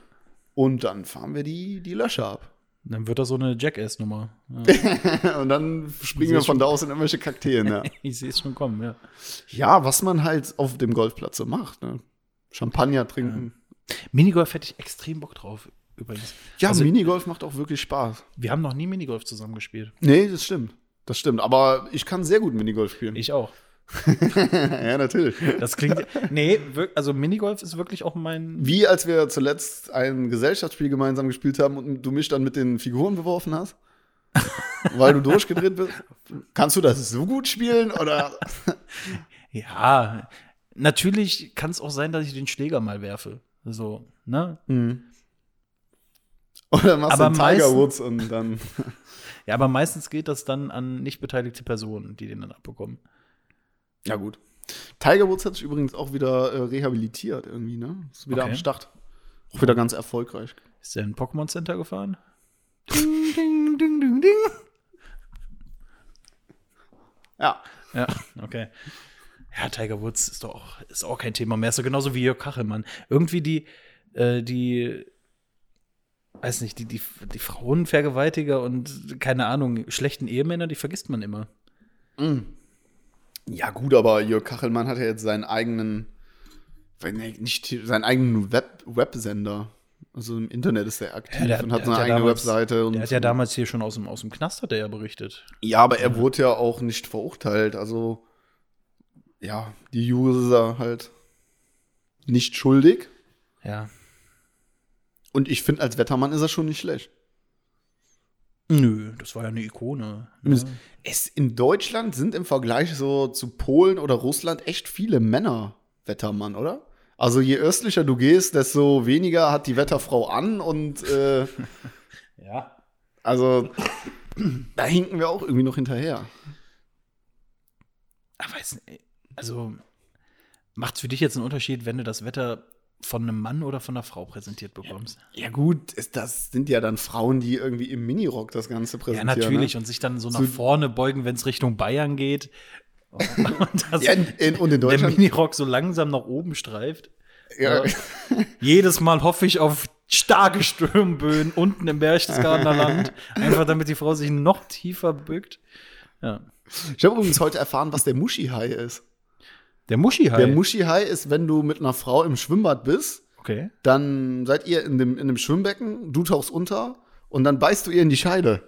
S3: und dann fahren wir die, die Löcher ab.
S2: Dann wird das so eine Jackass-Nummer. Ja,
S3: und dann springen
S2: Sehr
S3: wir von da aus in irgendwelche Kakteen. Ja.
S2: ich sehe es schon kommen, ja.
S3: ja, was man halt auf dem Golfplatz so macht. Ne? Champagner trinken.
S2: Minigolf hätte ich extrem Bock drauf, übrigens.
S3: Ja,
S2: Also-
S3: Minigolf macht auch wirklich Spaß.
S2: Wir haben noch nie Minigolf zusammen gespielt.
S3: Nee, das stimmt. Das stimmt. Aber ich kann sehr gut Minigolf spielen.
S2: Ich auch.
S3: ja, natürlich.
S2: Das klingt. nee, wirk- also Minigolf ist wirklich auch mein.
S3: Wie als wir zuletzt ein Gesellschaftsspiel gemeinsam gespielt haben und du mich dann mit den Figuren beworfen hast? weil du durchgedreht bist. Kannst du das so gut spielen oder
S2: Ja, natürlich kann es auch sein, dass ich den Schläger mal werfe. So, ne?
S3: Hm. oder machst du
S2: Aber
S3: einen Tiger
S2: meistens-
S3: Woods und dann
S2: Ja, aber meistens geht das dann an nicht beteiligte Personen, die den dann abbekommen.
S3: Ja gut. Tiger Woods hat sich übrigens auch wieder äh, rehabilitiert irgendwie, ne? Ist wieder
S2: Okay.
S3: am Start. Auch wieder ganz erfolgreich.
S2: Ist der in ein Pokémon Center gefahren? Ding, ding, ding, ding, ding.
S3: Ja.
S2: Ja, okay. Ja, Tiger Woods ist doch auch, ist auch kein Thema mehr. Ist doch genauso wie Jörg Kachelmann. Irgendwie die, äh, die, weiß nicht, die, die, die Frauenvergewaltiger und keine Ahnung, schlechten Ehemänner, die vergisst man immer.
S3: Mm. Ja gut, aber Jörg Kachelmann hat ja jetzt seinen eigenen, wenn er nicht seinen eigenen Web Websender. Also im Internet ist er aktiv
S2: Ja, der hat-
S3: und hat
S2: der
S3: seine
S2: hat ja
S3: eigene
S2: damals-
S3: Webseite. Und
S2: Der hat ja damals hier schon aus dem, aus dem Knast, hat er ja berichtet.
S3: Ja, aber er wurde ja auch nicht verurteilt. Also, ja, die User halt nicht schuldig.
S2: Ja.
S3: Und ich finde, als Wettermann ist er schon nicht schlecht.
S2: Nö, das war ja eine Ikone.
S3: Übrigens, Es, in Deutschland sind im Vergleich so zu Polen oder Russland echt viele Männer Wettermann, oder? Also je östlicher du gehst, desto weniger hat die Wetterfrau an und äh,
S2: Ja.
S3: also da hinken wir auch irgendwie noch hinterher.
S2: Aber es, also, macht's für dich jetzt einen Unterschied, wenn du das Wetter von einem Mann oder von einer Frau präsentiert bekommst?
S3: Ja gut, ist, das sind ja dann Frauen, die irgendwie im Minirock das Ganze
S2: Ja,
S3: präsentieren.
S2: natürlich.
S3: Ne?
S2: Und sich dann so nach
S3: So-
S2: vorne beugen, wenn es Richtung Bayern geht. Und das,
S3: ne? Ja, in, und in
S2: der
S3: Deutschland.
S2: Minirock so langsam nach oben streift.
S3: Ja,
S2: Jedes Mal hoffe ich auf starke Stürmböen unten im Berchtesgadener Land. Einfach damit die Frau sich noch tiefer bückt. Ja.
S3: ich habe übrigens heute erfahren, was der Muschi-Hai ist.
S2: Der Muschi halt.
S3: Der Muschi-Hai ist, wenn du mit einer Frau im Schwimmbad bist
S2: okay.
S3: dann seid ihr in dem, in dem Schwimmbecken, du tauchst unter und dann beißt du ihr in die Scheide.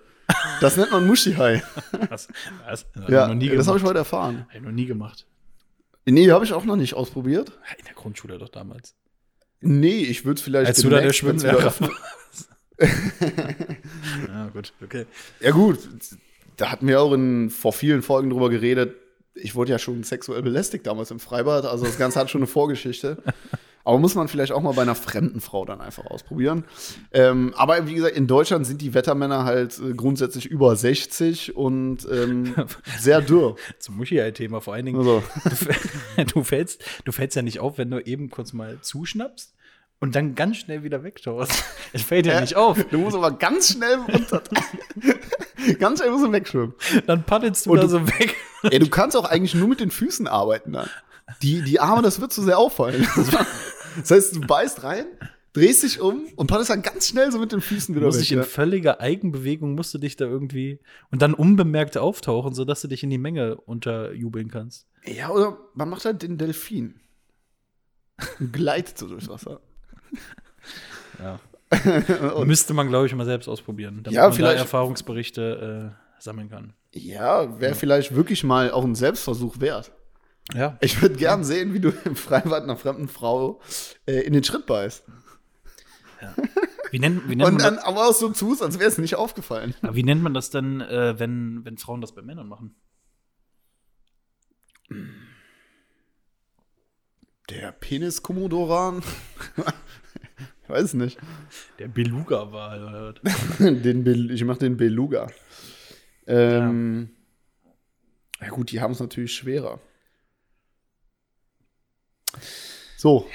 S3: Das nennt man Muschihai.
S2: Was? Was? Das
S3: ja,
S2: hab ich noch nie
S3: das habe
S2: gemacht.
S3: ich heute erfahren.
S2: Hab ich noch nie gemacht.
S3: Nee, habe ich auch noch nicht ausprobiert.
S2: In der Grundschule doch damals.
S3: Nee, ich würde es vielleicht
S2: Als du da der
S3: demnächst, wenn's wieder-
S2: Schwimmlehrer warst. ja, gut, okay.
S3: Ja gut, da hatten wir auch in, vor vielen Folgen drüber geredet. Ich wurde ja schon sexuell belästigt damals im Freibad. Also das Ganze hat schon eine Vorgeschichte. Aber muss man vielleicht auch mal bei einer fremden Frau dann einfach ausprobieren. Ähm, aber wie gesagt, in Deutschland sind die Wettermänner halt äh, grundsätzlich über 60 und ähm, sehr dürr.
S2: Zum Muschi-Thema vor allen Dingen.
S3: Also,
S2: Du, f- du, fällst, du fällst ja nicht auf, wenn du eben kurz mal zuschnappst und dann ganz schnell wieder wegtaust. Es fällt ja nicht auf.
S3: du musst aber ganz schnell runter. ganz schnell musst du wegschwimmen.
S2: Dann paddelst du
S3: Und
S2: da
S3: du-
S2: so weg.
S3: Ey, du kannst auch eigentlich nur mit den Füßen arbeiten dann. Die, die Arme, das wird zu sehr auffallen. Das heißt, du beißt rein, drehst dich um und paddelst dann ganz schnell so mit den Füßen
S2: Du
S3: wieder
S2: musst
S3: weg.
S2: dich in
S3: Ja.
S2: völliger Eigenbewegung, musst du dich da irgendwie und dann unbemerkt auftauchen, sodass du dich in die Menge unterjubeln kannst.
S3: ja, oder man macht halt den Delfin. Und Gleitet so durchs Wasser.
S2: Ja. Müsste man, glaube ich, mal selbst ausprobieren, damit
S3: Ja,
S2: man
S3: vielleicht-
S2: da Erfahrungsberichte äh, sammeln kann.
S3: Ja, wäre vielleicht wirklich mal auch ein Selbstversuch wert.
S2: Ja.
S3: Ich würde gern sehen, wie du im Freibad einer fremden Frau äh, in den Schritt beißt.
S2: Wie nennt, wie nennt, man,
S3: Und dann
S2: das,
S3: aber auch so tust, als wäre es nicht aufgefallen.
S2: aber wie nennt man das denn, äh, wenn, wenn Frauen das bei Männern machen?
S3: Der Penis-Komodoran? ich weiß es nicht.
S2: Der Beluga-Wal oder was?
S3: den Bel ich mache den Beluga. Ähm, ja. gut, die haben es natürlich schwerer. So,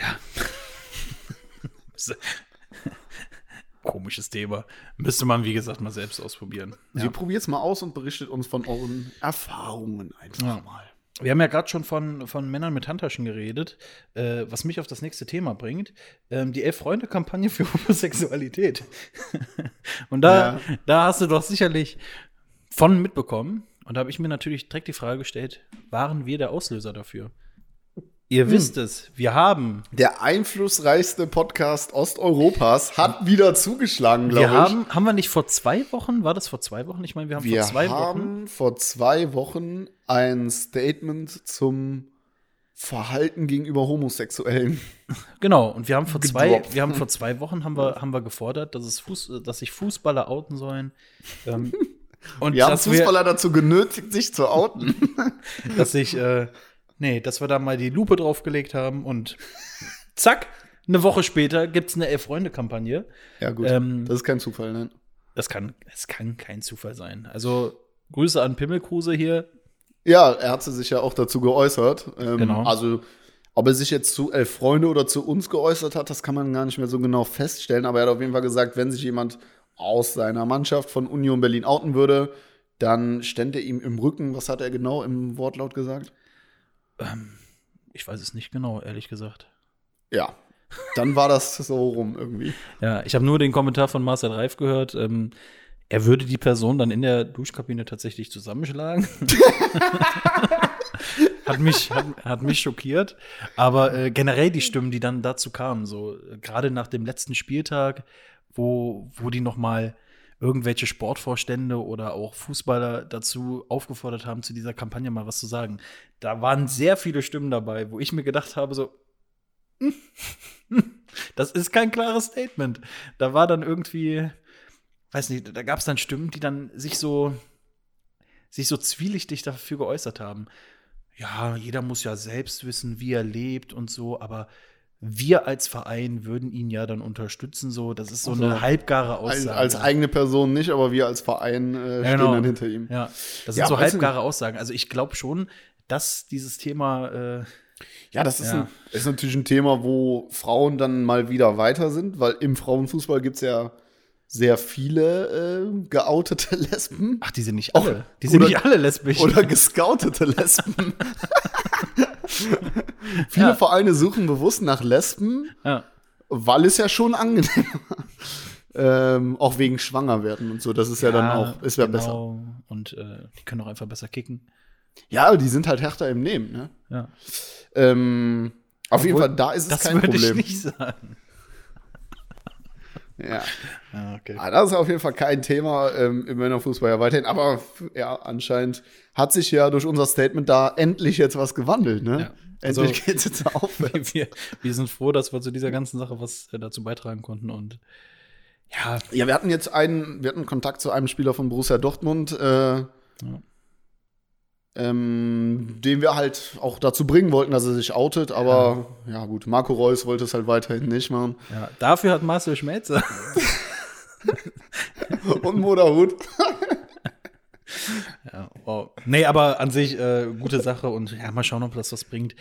S2: Komisches Thema. Müsste man, wie gesagt, mal selbst ausprobieren.
S3: ihr probiert es mal aus und berichtet uns von euren Erfahrungen einfach
S2: Ja.
S3: mal.
S2: Wir haben ja gerade schon von, von Männern mit Handtaschen geredet, äh, was mich auf das nächste Thema bringt. Ähm, die Elf-Freunde-Kampagne für Homosexualität. Und da, da hast du doch sicherlich von mitbekommen. Und da habe ich mir natürlich direkt die Frage gestellt, waren wir der Auslöser dafür? Ihr
S3: Hm.
S2: wisst es, wir haben
S3: Der einflussreichste Podcast Osteuropas hat wieder zugeschlagen,
S2: Wir
S3: glaube ich.
S2: haben, haben wir nicht vor zwei Wochen, war das vor zwei Wochen? Ich meine, wir haben
S3: Wir
S2: vor zwei Wochen.
S3: haben vor zwei Wochen ein Statement zum Verhalten gegenüber Homosexuellen.
S2: Genau, und wir haben vor zwei,
S3: gedroppt.
S2: wir haben vor zwei Wochen haben wir, haben wir gefordert, dass, es Fuß, dass sich Fußballer outen sollen. Ähm, Und
S3: Wir haben
S2: dass, wir,
S3: Fußballer dazu genötigt, sich zu outen.
S2: dass ich, äh, nee, dass wir da mal die Lupe draufgelegt haben und zack, eine Woche später gibt's eine Elf-Freunde-Kampagne.
S3: Ja, gut.
S2: Ähm,
S3: das ist kein Zufall, nein.
S2: Das kann, es kann kein Zufall sein. Also Grüße an Pimmelkruse hier.
S3: Ja, er hat sich ja auch dazu geäußert. Ähm,
S2: Genau.
S3: Also, ob er sich jetzt zu Elf Freunde oder zu uns geäußert hat, das kann man gar nicht mehr so genau feststellen. Aber er hat auf jeden Fall gesagt, wenn sich jemand aus seiner Mannschaft von Union Berlin outen würde, dann stände er ihm im Rücken. Was hat er genau im Wortlaut gesagt?
S2: Ähm, Ich weiß es nicht genau, ehrlich gesagt.
S3: Ja. Dann war das so rum irgendwie.
S2: Ja, ich habe nur den Kommentar von Marcel Reif gehört. Ähm, er würde die Person dann in der Duschkabine tatsächlich zusammenschlagen. hat, mich, hat, hat mich schockiert. Aber äh, generell die Stimmen, die dann dazu kamen, so äh, gerade nach dem letzten Spieltag, wo, wo die noch mal irgendwelche Sportvorstände oder auch Fußballer dazu aufgefordert haben, zu dieser Kampagne mal was zu sagen. Da waren sehr viele Stimmen dabei, wo ich mir gedacht habe, so, hm, das ist kein klares Statement. Da war dann irgendwie, weiß nicht, da gab es dann Stimmen, die dann sich so, sich so zwielichtig dafür geäußert haben. Ja, jeder muss ja selbst wissen, wie er lebt und so, aber wir als Verein würden ihn ja dann unterstützen, so, das ist so
S3: Also,
S2: eine halbgare
S3: Als,
S2: Aussage.
S3: als eigene Person nicht, aber wir als Verein äh,
S2: Ja, genau.
S3: stehen dann hinter ihm.
S2: Ja, das sind
S3: Ja,
S2: so
S3: weiß
S2: halbgare Aussagen. Also ich glaube schon, dass dieses Thema äh,
S3: Ja, das ist,
S2: Ja.
S3: Ein, ist natürlich ein Thema, wo Frauen dann mal wieder weiter sind, weil im Frauenfußball gibt es ja sehr viele äh, geoutete Lesben
S2: Ach, die sind nicht
S3: Och,
S2: alle. die sind
S3: oder-
S2: nicht alle lesbisch.
S3: oder gescoutete Lesben. Viele
S2: Ja.
S3: Vereine suchen bewusst nach Lesben,
S2: ja.
S3: weil es ja schon angenehm ähm, auch wegen Schwangerwerden und so. Das ist ja, dann auch, ist ja besser.
S2: genau. Und äh, die können auch einfach besser kicken.
S3: Ja, aber die sind halt härter im Nehmen. Ne?
S2: Ja.
S3: Ähm, auf jeden
S2: Obwohl,
S3: Fall, da ist es
S2: das
S3: kein
S2: würde
S3: Problem.
S2: ich nicht sagen.
S3: Ja.
S2: Ja, okay.
S3: Ah, das ist auf jeden Fall kein Thema ähm, im Männerfußball ja weiterhin. Aber f- ja, anscheinend hat sich ja durch unser Statement da endlich jetzt was gewandelt. Ne?
S2: Ja. Also-
S3: Endlich geht es jetzt aufwärts.
S2: Wir, wir sind froh, dass wir zu dieser ganzen Sache was äh, dazu beitragen konnten. Und ja,
S3: Ja, wir hatten jetzt einen, wir hatten Kontakt zu einem Spieler von Borussia Dortmund, äh, ähm, den wir halt auch dazu bringen wollten, dass er sich outet. Aber ja, gut, Marco Reus wollte es halt weiterhin nicht machen.
S2: ja, dafür hat Marcel Schmelzer.
S3: Und Moderhut.
S2: Ja, wow. Nee, aber an sich äh, gute Sache und ja, mal schauen, ob das was bringt.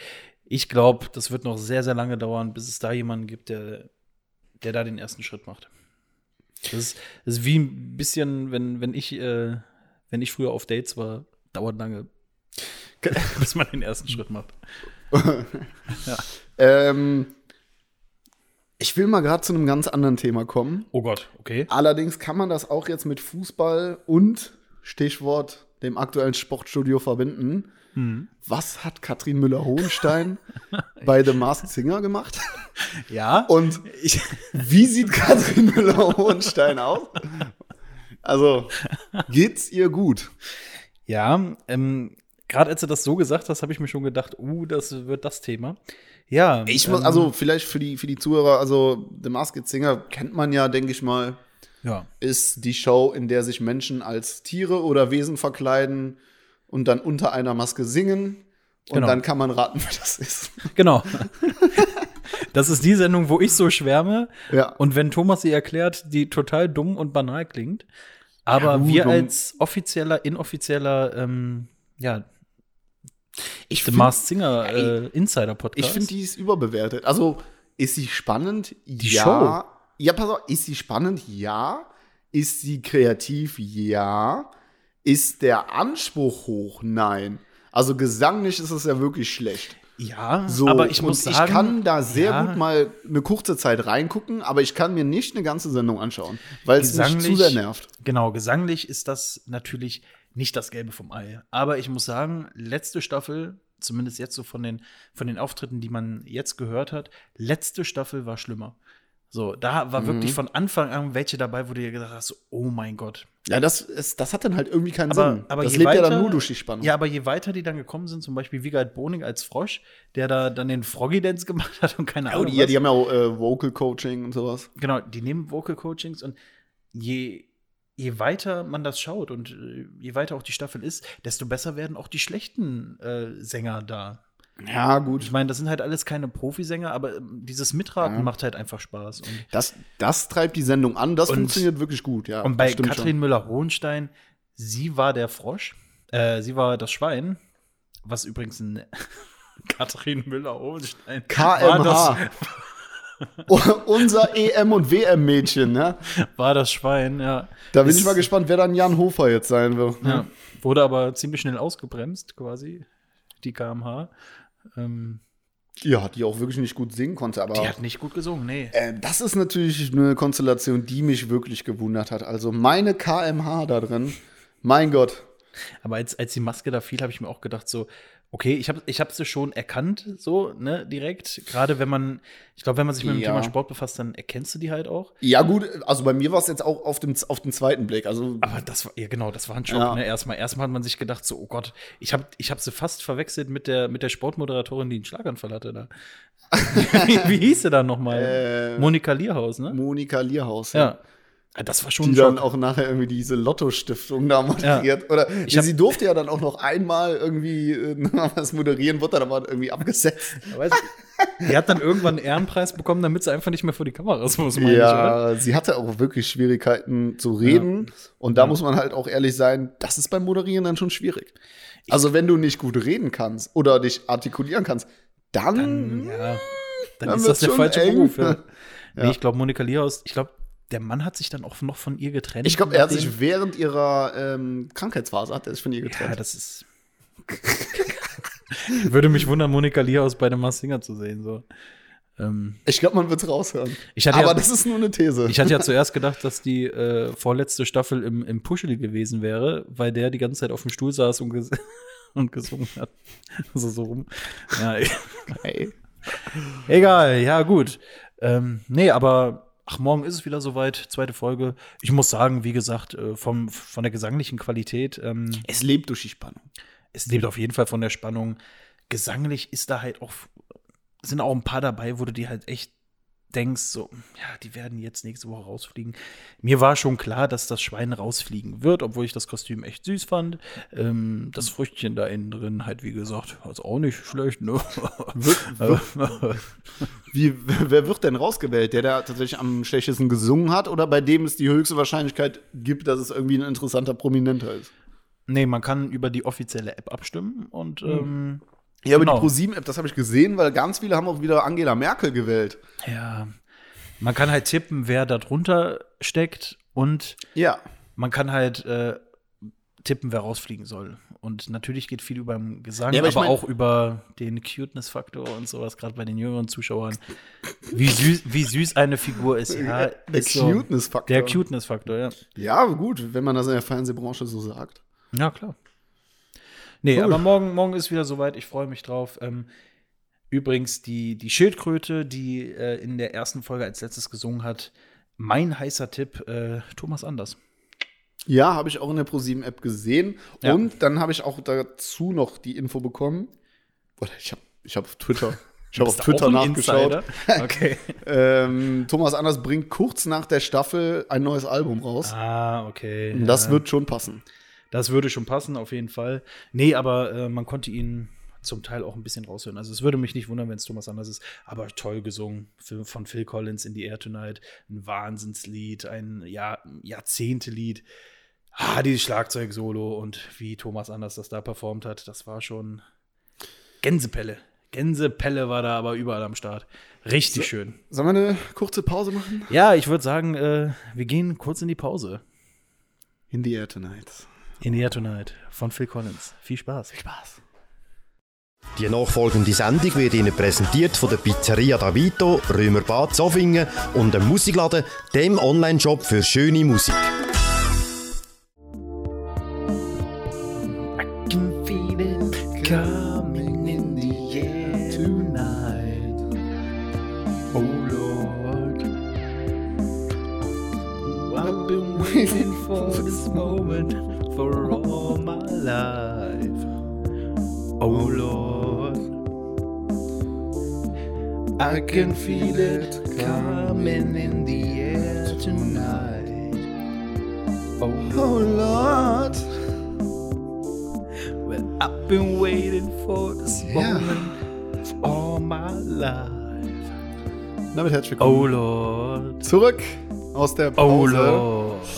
S2: Ich glaube, das wird noch sehr, sehr lange dauern, bis es da jemanden gibt, der, der da den ersten Schritt macht. Das ist, das ist wie ein bisschen, wenn, wenn ich, äh, wenn ich früher auf Dates war, dauert lange, bis man den ersten Schritt macht.
S3: ähm, ich will mal gerade zu einem ganz anderen Thema kommen.
S2: Oh Gott, okay.
S3: Allerdings kann man das auch jetzt mit Fußball und Stichwort dem aktuellen Sportstudio verbinden.
S2: Mhm.
S3: Was hat Katrin Müller-Hohenstein bei The Masked Singer gemacht?
S2: Ja.
S3: Und
S2: ich,
S3: wie sieht Katrin Müller-Hohenstein aus? Also, geht's ihr gut?
S2: Ja, ähm, gerade als du das so gesagt hast, habe ich mir schon gedacht, uh, das wird das Thema. Ja.
S3: Ich muss,
S2: ähm,
S3: also vielleicht für die, für die Zuhörer, also The Masked Singer kennt man ja, denke ich mal,
S2: Ja.
S3: ist die Show, in der sich Menschen als Tiere oder Wesen verkleiden und dann unter einer Maske singen. Und
S2: Genau.
S3: dann kann man raten, wer das ist.
S2: Genau. Das ist die Sendung, wo ich so schwärme.
S3: Ja.
S2: Und wenn Thomas sie erklärt, die total dumm und banal klingt. Aber
S3: Ja, gut,
S2: wir
S3: man-
S2: als offizieller, inoffizieller, ähm, ja,
S3: ich
S2: The
S3: finde,
S2: Masked Singer äh, Insider Podcast.
S3: ich find, die ist überbewertet. Also, ist sie spannend?
S2: Die
S3: ja.
S2: Show?
S3: Ja, pass auf, ist sie spannend? Ja. Ist sie kreativ? Ja. Ist der Anspruch hoch? Nein. Also gesanglich ist es ja wirklich schlecht.
S2: ja,
S3: So,
S2: aber ich
S3: und
S2: muss sagen,
S3: ich kann da sehr
S2: ja,
S3: gut mal eine kurze Zeit reingucken, aber ich kann mir nicht eine ganze Sendung anschauen, weil es mich zu
S2: Gesanglich-
S3: sehr nervt.
S2: Genau, gesanglich ist das natürlich nicht das Gelbe vom Ei. Aber ich muss sagen, letzte Staffel, zumindest jetzt so von den, von den Auftritten, die man jetzt gehört hat, letzte Staffel war schlimmer. So, da war
S3: Mhm.
S2: wirklich von Anfang an welche dabei, wo du dir gedacht hast, oh mein Gott.
S3: Ja, das, ist, das hat dann halt irgendwie keinen
S2: Aber,
S3: Sinn.
S2: aber
S3: das
S2: je
S3: lebt
S2: weiter,
S3: ja dann nur durch die Spannung.
S2: Ja, aber je weiter die dann gekommen sind, zum Beispiel Wiegald Boning als Frosch, der da dann den Froggy-Dance gemacht hat und keine
S3: ja,
S2: Ahnung.
S3: die, ja,
S2: was.
S3: die haben ja auch äh, Vocal Coaching und sowas.
S2: genau, die nehmen Vocal Coachings und je je weiter man das schaut und äh, je weiter auch die Staffel ist, desto besser werden auch die schlechten äh, Sänger da.
S3: Ja, gut.
S2: Ich meine, das sind halt alles keine Profisänger, aber ähm, dieses Mitraten macht halt einfach Spaß. Und,
S3: Das, das treibt die Sendung an, das
S2: Und-
S3: funktioniert wirklich gut, ja.
S2: und bei
S3: das stimmt
S2: Katrin Müller-Hohenstein, sie war der Frosch, äh, sie war das Schwein, was übrigens ein Katrin Müller-Hohenstein war das,
S3: KMH. U- Unser EM- und WM-Mädchen, ne?
S2: war das Schwein, ja.
S3: Da bin
S2: Ist-
S3: ich mal gespannt, wer dann Jan Hofer jetzt sein wird.
S2: Ja, wurde aber ziemlich schnell ausgebremst, quasi, die KMH. Ähm,
S3: Ja, die auch wirklich nicht gut singen konnte, aber.
S2: die hat nicht gut gesungen, nee.
S3: Äh, das ist natürlich eine Konstellation, die mich wirklich gewundert hat. Also meine KMH da drin, mein Gott.
S2: Aber als, als die Maske da fiel, habe ich mir auch gedacht, so, okay, ich habe ich hab sie schon erkannt, so, ne, direkt. Gerade wenn man, ich glaube, wenn man sich mit dem
S3: Ja.
S2: Thema Sport befasst, dann erkennst du die halt auch.
S3: Ja, gut, also bei mir war es jetzt auch auf dem, auf den zweiten Blick. Also,
S2: Aber das war, ja genau, das war ein Schock,
S3: Ja.
S2: ne, erstmal. Erstmal hat man sich gedacht, so, oh Gott, ich habe ich hab sie fast verwechselt mit der, mit der Sportmoderatorin, die einen Schlaganfall hatte da. wie, wie hieß sie da nochmal?
S3: Äh,
S2: Monika Lierhaus, ne?
S3: Monika Lierhaus.
S2: Ja. Ah, Das war schon
S3: Die
S2: ein
S3: dann
S2: Schock.
S3: auch nachher irgendwie diese Lotto-Stiftung da moderiert. Oder
S2: Ich hab-
S3: sie durfte ja dann auch noch einmal irgendwie äh, was moderieren, wurde dann aber irgendwie abgesetzt.
S2: Aber es- Die hat dann irgendwann einen Ehrenpreis bekommen, damit sie einfach nicht mehr vor die Kameras muss, meine ich, oder?
S3: ja, sie hatte auch wirklich Schwierigkeiten zu reden. Und da
S2: Ja.
S3: muss man halt auch ehrlich sein, das ist beim Moderieren dann schon schwierig. Also, wenn du nicht gut reden kannst oder dich artikulieren kannst, dann,
S2: Dann, ja, dann
S3: Mhm. Dann
S2: ist das
S3: wird's
S2: der
S3: schon
S2: falsche
S3: eng.
S2: Beruf. Ja.
S3: Ja.
S2: Nee, ich glaube, Monika Lierhaus, ich glaube, der Mann hat sich dann auch noch von ihr getrennt.
S3: Ich glaube, er hat
S2: nachdem-
S3: sich während ihrer ähm, Krankheitsphase hat er sich von ihr
S2: Ja,
S3: getrennt.
S2: das ist. Würde mich wundern, Monika Lierhaus bei dem Mars Singer zu sehen. So. Ähm,
S3: ich glaube, man wird es raushören.
S2: ich hatte
S3: Aber
S2: ja,
S3: das ist nur eine These.
S2: Ich hatte ja zuerst gedacht, dass die äh, vorletzte Staffel im, im Puschel gewesen wäre, weil der die ganze Zeit auf dem Stuhl saß und, ges und gesungen hat. Also so rum. Ja, e-
S3: Ey.
S2: egal, ja, gut. Ähm, nee, aber ach, morgen ist es wieder soweit, zweite Folge. Ich muss sagen, wie gesagt, äh, vom, von der gesanglichen Qualität, ähm,
S3: Es lebt durch die Spannung.
S2: es lebt auf jeden Fall von der Spannung. Gesanglich ist da halt auch, sind auch ein paar dabei, wo du dir halt echt denkst, so, ja, die werden jetzt nächste Woche rausfliegen. Mir war schon klar, dass das Schwein rausfliegen wird, obwohl ich das Kostüm echt süß fand. Ähm, das Früchtchen da innen drin halt, wie gesagt, ist auch nicht schlecht, ne?
S3: Wie, wer wird denn rausgewählt? Der, der tatsächlich am schlechtesten gesungen hat oder bei dem es die höchste Wahrscheinlichkeit gibt, dass es irgendwie ein interessanter Prominenter ist?
S2: nee, man kann über die offizielle App abstimmen und
S3: Hm.
S2: ähm,
S3: Ja, aber
S2: Genau.
S3: die ProSieben-App, das habe ich gesehen, weil ganz viele haben auch wieder Angela Merkel gewählt.
S2: ja, man kann halt tippen, wer da drunter steckt und
S3: Ja.
S2: man kann halt äh, tippen, wer rausfliegen soll. Und natürlich geht viel über den Gesang,
S3: Ja,
S2: aber,
S3: aber ich mein-
S2: auch über den Cuteness-Faktor und sowas, gerade bei den jüngeren Zuschauern. Wie süß, wie süß eine Figur ist. Ja,
S3: Äh, der
S2: ist so-
S3: Cuteness-Faktor.
S2: Der Cuteness-Faktor, ja.
S3: Ja, gut, wenn man das in der Fernsehbranche so sagt.
S2: Ja, klar. Nee,
S3: Cool.
S2: aber morgen, morgen ist wieder soweit. Ich freue mich drauf. Ähm, übrigens, die, die Schildkröte, die äh, in der ersten Folge als letztes gesungen hat, mein heißer Tipp, äh, Thomas Anders.
S3: Ja, habe ich auch in der ProSieben-App gesehen.
S2: Ja.
S3: Und dann habe ich auch dazu noch die Info bekommen. Oder ich habe ich hab auf Twitter. Ich habe auf
S2: Bist du auch
S3: Twitter
S2: ein
S3: nachgeschaut.
S2: Insider? Okay.
S3: Ähm, Thomas Anders bringt kurz nach der Staffel ein neues Album raus.
S2: Ah, okay.
S3: Und Das wird schon passen.
S2: das würde schon passen, auf jeden Fall. Nee, aber äh, man konnte ihn zum Teil auch ein bisschen raushören. Also es würde mich nicht wundern, wenn es Thomas Anders ist, aber toll gesungen Film von Phil Collins in the Air Tonight. Ein Wahnsinnslied, ein ja Jahrzehntelied. Ah, dieses Schlagzeug-Solo und wie Thomas Anders das da performt hat, das war schon Gänsepelle. Gänsepelle war da aber überall am Start. Richtig schön.
S3: Sollen wir eine kurze Pause machen?
S2: Ja, ich würde sagen, äh, wir gehen kurz in die Pause.
S3: In the air tonight.
S2: In the Air Tonight von Phil Collins. Viel Spaß. Viel Spaß.
S4: Die nachfolgende Sendung wird Ihnen präsentiert von der Pizzeria Davito, Römerbad Zofingen und dem Musikladen, dem Online-Shop für schöne Musik.
S2: Coming in the air tonight. Oh Lord. I've been waiting for this moment for all my life. Oh Lord. I can feel it coming in the air tonight.
S3: Oh Lord.
S2: Well, I've been waiting for this
S3: Ja.
S2: moment all my life.
S3: Damit herzlich
S2: Oh
S3: willkommen
S2: Lord.
S3: zurück aus der
S2: Oh
S3: Pause.
S2: Lord.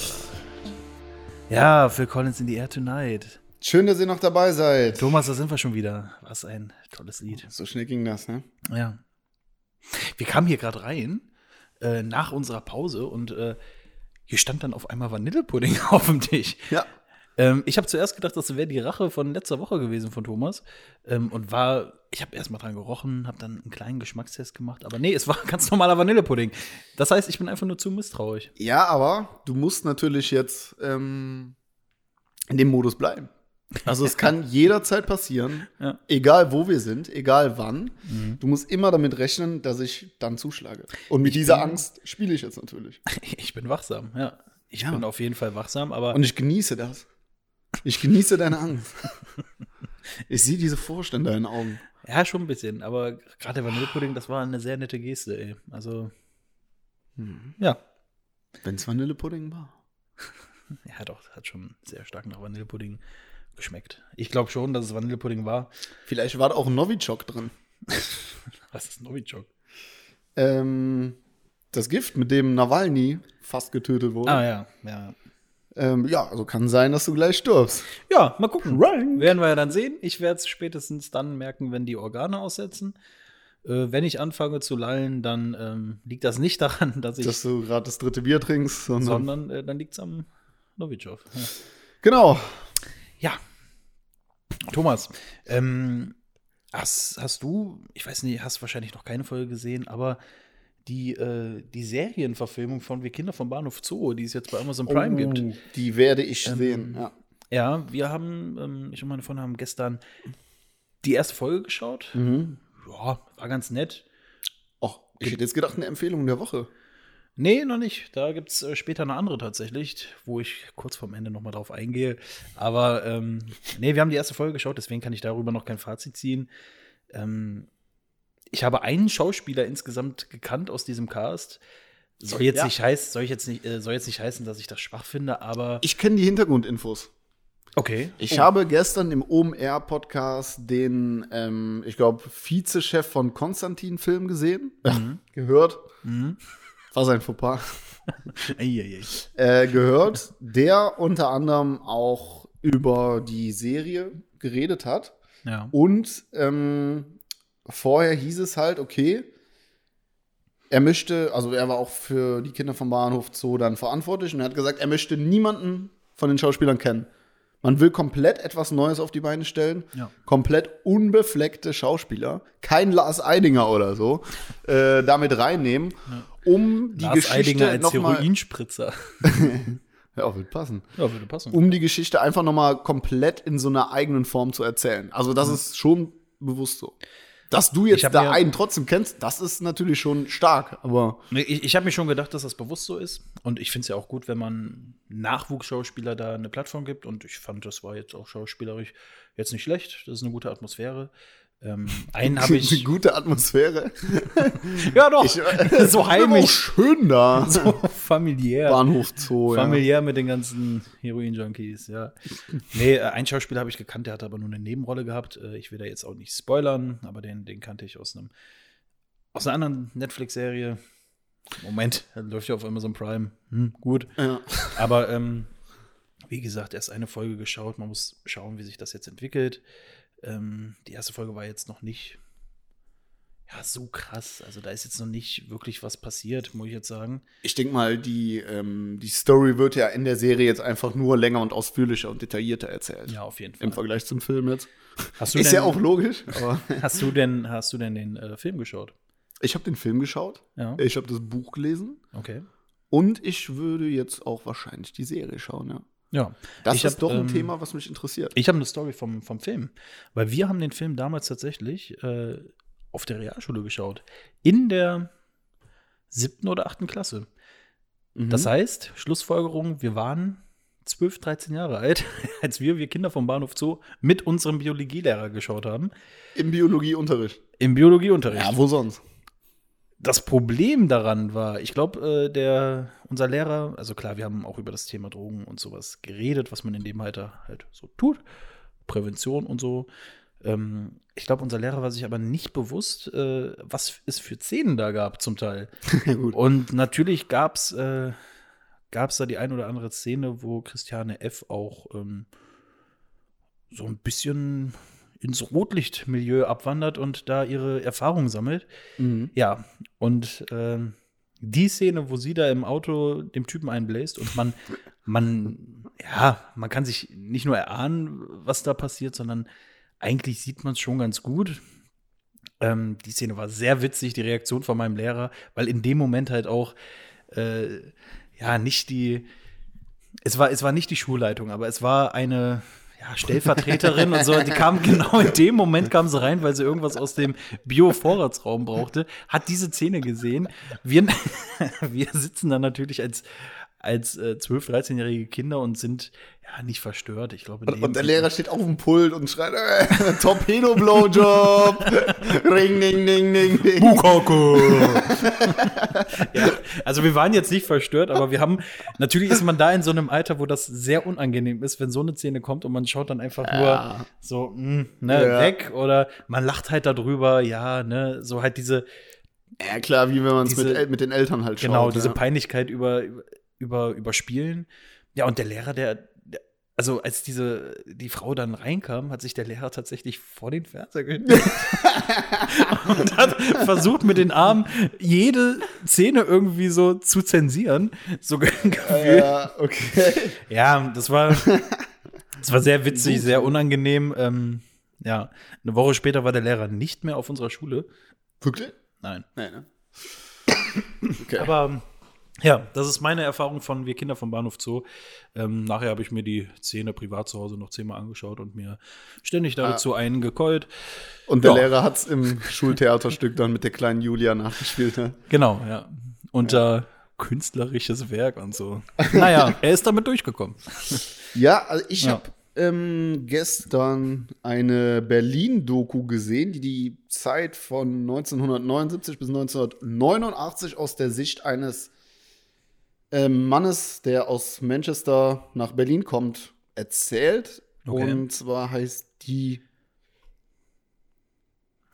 S2: Ja, Phil Collins in the Air Tonight.
S3: Schön, dass ihr noch dabei seid.
S2: Thomas, da sind wir schon wieder. Was ein tolles Lied.
S3: So schnell ging das, ne?
S2: Ja. Wir kamen hier gerade rein äh, nach unserer Pause und äh, hier stand dann auf einmal Vanillepudding auf dem Tisch.
S3: Ja.
S2: Ähm, ich habe zuerst gedacht, das wäre die Rache von letzter Woche gewesen von Thomas ähm, und war, ich habe erstmal dran gerochen, habe dann einen kleinen Geschmackstest gemacht, aber nee, es war ganz normaler Vanillepudding. Das heißt, ich bin einfach nur zu misstrauisch.
S3: Ja, aber du musst natürlich jetzt ähm, in dem Modus bleiben. Also es kann jederzeit passieren,
S2: Ja.
S3: egal wo wir sind, egal wann. Du musst immer damit rechnen, dass ich dann zuschlage. Und mit dieser Angst spiele ich jetzt natürlich.
S2: Ich bin wachsam, ja. Ich
S3: Ja.
S2: bin auf jeden Fall wachsam, aber
S3: Und ich genieße das. Ich genieße deine Angst. Ich sehe diese Furcht in deinen Augen.
S2: ja, schon ein bisschen. Aber gerade der Vanillepudding, das war eine sehr nette Geste, ey. Also,
S3: Mhm.
S2: ja.
S3: Wenn es Vanillepudding war.
S2: Ja, doch, hat schon sehr stark nach Vanillepudding geschmeckt. Ich glaube schon, dass es Vanillepudding war.
S3: Vielleicht war da auch ein Novichok drin.
S2: Was ist Novichok?
S3: Ähm, das Gift, mit dem Nawalny fast getötet wurde.
S2: Ah, ja, ja.
S3: Ähm, ja, also kann sein, dass du gleich stirbst.
S2: Ja, mal gucken. Werden wir ja dann sehen. Ich werde es spätestens dann merken, wenn die Organe aussetzen. Äh, wenn ich anfange zu lallen, dann ähm, liegt das nicht daran, dass ich.
S3: dass du gerade das dritte Bier trinkst. Sondern
S2: sondern äh, dann liegt es am Novichok. Ja.
S3: genau.
S2: Ja. Thomas, ähm, hast, hast du, ich weiß nicht, hast wahrscheinlich noch keine Folge gesehen, aber die, äh, die Serienverfilmung von Wir Kinder vom Bahnhof Zoo, die es jetzt bei Amazon Prime
S3: Oh.
S2: gibt.
S3: Die werde ich
S2: Ähm,
S3: sehen. Ja.
S2: Ja, wir haben, ähm, ich und meine Freunde haben gestern die erste Folge geschaut.
S3: Mhm.
S2: Ja, war ganz nett.
S3: Och, ich hätte jetzt gedacht, eine Empfehlung der Woche.
S2: Nee, noch nicht. Da gibt es äh, später eine andere tatsächlich, wo ich kurz vorm Ende nochmal drauf eingehe. Aber ähm, nee, wir haben die erste Folge geschaut, deswegen kann ich darüber noch kein Fazit ziehen. Ähm, ich habe einen Schauspieler insgesamt gekannt aus diesem Cast. Soll jetzt
S3: Ja.
S2: nicht heißen, soll ich jetzt nicht, äh, soll jetzt nicht heißen, dass ich das schwach finde, aber
S3: Ich kenne die Hintergrundinfos.
S2: okay.
S3: Ich habe gestern im OMR-Podcast den, ähm, ich glaube, Vizechef von Konstantin-Film gesehen.
S2: Mhm.
S3: Gehört. War sein Fauxpas.
S2: Eieiei.
S3: äh, gehört, der unter anderem auch über die Serie geredet hat.
S2: Ja.
S3: Und ähm, vorher hieß es halt, okay, er möchte, also er war auch für die Kinder vom Bahnhof Zoo dann verantwortlich und er hat gesagt, er möchte niemanden von den Schauspielern kennen. Man will komplett etwas Neues auf die Beine stellen.
S2: Ja.
S3: Komplett unbefleckte Schauspieler. Kein Lars Eidinger oder so. Äh, damit reinnehmen, um die
S2: Lars
S3: Geschichte
S2: Eidinger als
S3: noch mal,
S2: Heroinspritzer.
S3: Ja, wird passen
S2: Ja, würde passen.
S3: um die Geschichte einfach nochmal komplett in so einer eigenen Form zu erzählen. Also das ist schon bewusst so. Dass du
S2: Mhm. Ich
S3: jetzt
S2: hab
S3: da
S2: mir-
S3: einen trotzdem kennst, das ist natürlich schon stark, aber
S2: Nee, Ich, ich habe mir schon gedacht, dass das bewusst so ist. Und ich finde es ja auch gut, wenn man Nachwuchsschauspieler da eine Plattform gibt. Und ich fand, das war jetzt auch schauspielerisch jetzt nicht schlecht. Das ist eine gute Atmosphäre. Ähm, einen habe
S3: eine
S2: ich.
S3: gute Atmosphäre.
S2: ja, doch.
S3: Ich- äh,
S2: so
S3: Auch
S2: heimisch.
S3: schön da.
S2: So familiär.
S3: Bahnhof Zoo, ja.
S2: Familiär mit den ganzen Heroin-Junkies, ja. Nee, äh, einen Schauspieler habe ich gekannt, der hat aber nur eine Nebenrolle gehabt. Äh, Ich will da jetzt auch nicht spoilern, aber den, den kannte ich aus einem aus einer anderen Netflix-Serie. Moment, das läuft ja auf Amazon Prime. Hm, gut.
S3: Ja.
S2: Aber ähm, wie gesagt, erst eine Folge geschaut. Man muss schauen, wie sich das jetzt entwickelt. Ähm, die erste Folge war jetzt noch nicht ja, so krass. Also da ist jetzt noch nicht wirklich was passiert, muss ich jetzt sagen.
S3: Ich denke mal, die, ähm, die Story wird ja in der Serie jetzt einfach nur länger und ausführlicher und detaillierter erzählt.
S2: Ja, auf jeden Fall.
S3: Im Vergleich zum Film jetzt.
S2: Hast
S3: Ist
S2: denn-
S3: ja auch logisch, aber
S2: Hast du denn, hast du denn den äh, Film geschaut?
S3: ich habe den Film geschaut,
S2: Ja.
S3: ich habe das Buch gelesen
S2: Okay.
S3: und ich würde jetzt auch wahrscheinlich die Serie schauen, ja.
S2: Ja.
S3: Das
S2: Ich
S3: ist
S2: hab,
S3: doch ein
S2: ähm,
S3: Thema, was mich interessiert.
S2: Ich habe eine Story vom, vom Film. Weil wir haben den Film damals tatsächlich äh, auf der Realschule geschaut. In der siebten oder achten Klasse. Das
S3: Mhm.
S2: heißt, Schlussfolgerung, wir waren 12, 13 Jahre alt, als wir, wir Kinder vom Bahnhof Zoo, mit unserem Biologielehrer geschaut haben.
S3: Im Biologieunterricht.
S2: Im Biologieunterricht.
S3: wo sonst?
S2: das Problem daran war, ich glaube, äh, der unser Lehrer, also klar, wir haben auch über das Thema Drogen und sowas geredet, was man in dem Alter halt so tut, Prävention und so. Ähm, ich glaube, unser Lehrer war sich aber nicht bewusst, äh, was es für Szenen da gab zum Teil. Und natürlich gab es äh, gab's da die ein oder andere Szene, wo Christiane F. auch ähm, so ein bisschen ins Rotlichtmilieu abwandert und da ihre Erfahrung sammelt.
S3: Mhm.
S2: Ja, und ähm, die Szene, wo sie da im Auto dem Typen einbläst und man, man, ja, man kann sich nicht nur erahnen, was da passiert, sondern eigentlich sieht man es schon ganz gut. Ähm, die Szene war sehr witzig, die Reaktion von meinem Lehrer, weil in dem Moment halt auch, äh, ja, nicht die, es war, es war nicht die Schulleitung, aber es war eine ja, Stellvertreterin und so. Die kam genau in dem Moment kam sie rein, weil sie irgendwas aus dem Bio-Vorratsraum brauchte, hat diese Szene gesehen. Wir, wir sitzen dann natürlich als, als äh, 12-, 13-jährige Kinder und sind ja nicht verstört. Ich glaube, in
S3: Und,
S2: dem-
S3: und der Lehrer steht auf dem Pult und schreit: äh, Torpedo Blowjob! Ring, ding, ding, ding, ding.
S2: ja, also wir waren jetzt nicht verstört, aber wir haben natürlich ist man da in so einem Alter, wo das sehr unangenehm ist, wenn so eine Szene kommt und man schaut dann einfach nur so mh, ne,
S3: Ja.
S2: weg oder man lacht halt darüber, ja, ne, so halt diese
S3: Ja, klar, wie wenn man es mit,
S2: Diese-
S3: El- mit den Eltern halt schaut.
S2: genau
S3: ja.
S2: diese Peinlichkeit über über überspielen. Ja, und der Lehrer, der, der also als diese die Frau dann reinkam, hat sich der Lehrer tatsächlich vor den Fernseher gelegt und hat versucht mit den Armen jede Szene irgendwie so zu zensieren, so ge- gefühlt.
S3: Ja, okay.
S2: Ja, das war, das war sehr witzig, sehr unangenehm. Ähm, ja, eine Woche später war der Lehrer nicht mehr auf unserer Schule.
S3: Wirklich?
S2: Nein.
S3: Nein, ne?
S2: Aber ähm, ja, das ist meine Erfahrung von Wir Kinder vom Bahnhof Zoo. Ähm, nachher habe ich mir die Szene privat zu Hause noch zehnmal angeschaut und mir ständig dazu einen gekeult.
S3: Und der
S2: Ja.
S3: Lehrer hat es im Schultheaterstück dann mit der kleinen Julia nachgespielt. Ne?
S2: Genau, ja. Unter künstlerisches Werk und so. Naja, er ist damit durchgekommen.
S3: Ja, also ich
S2: Ja.
S3: habe ähm, gestern eine Berlin-Doku gesehen, die die Zeit von 1979 bis 1989 aus der Sicht eines ähm, Mannes, der aus Manchester nach Berlin kommt, erzählt.
S2: Okay.
S3: Und zwar heißt die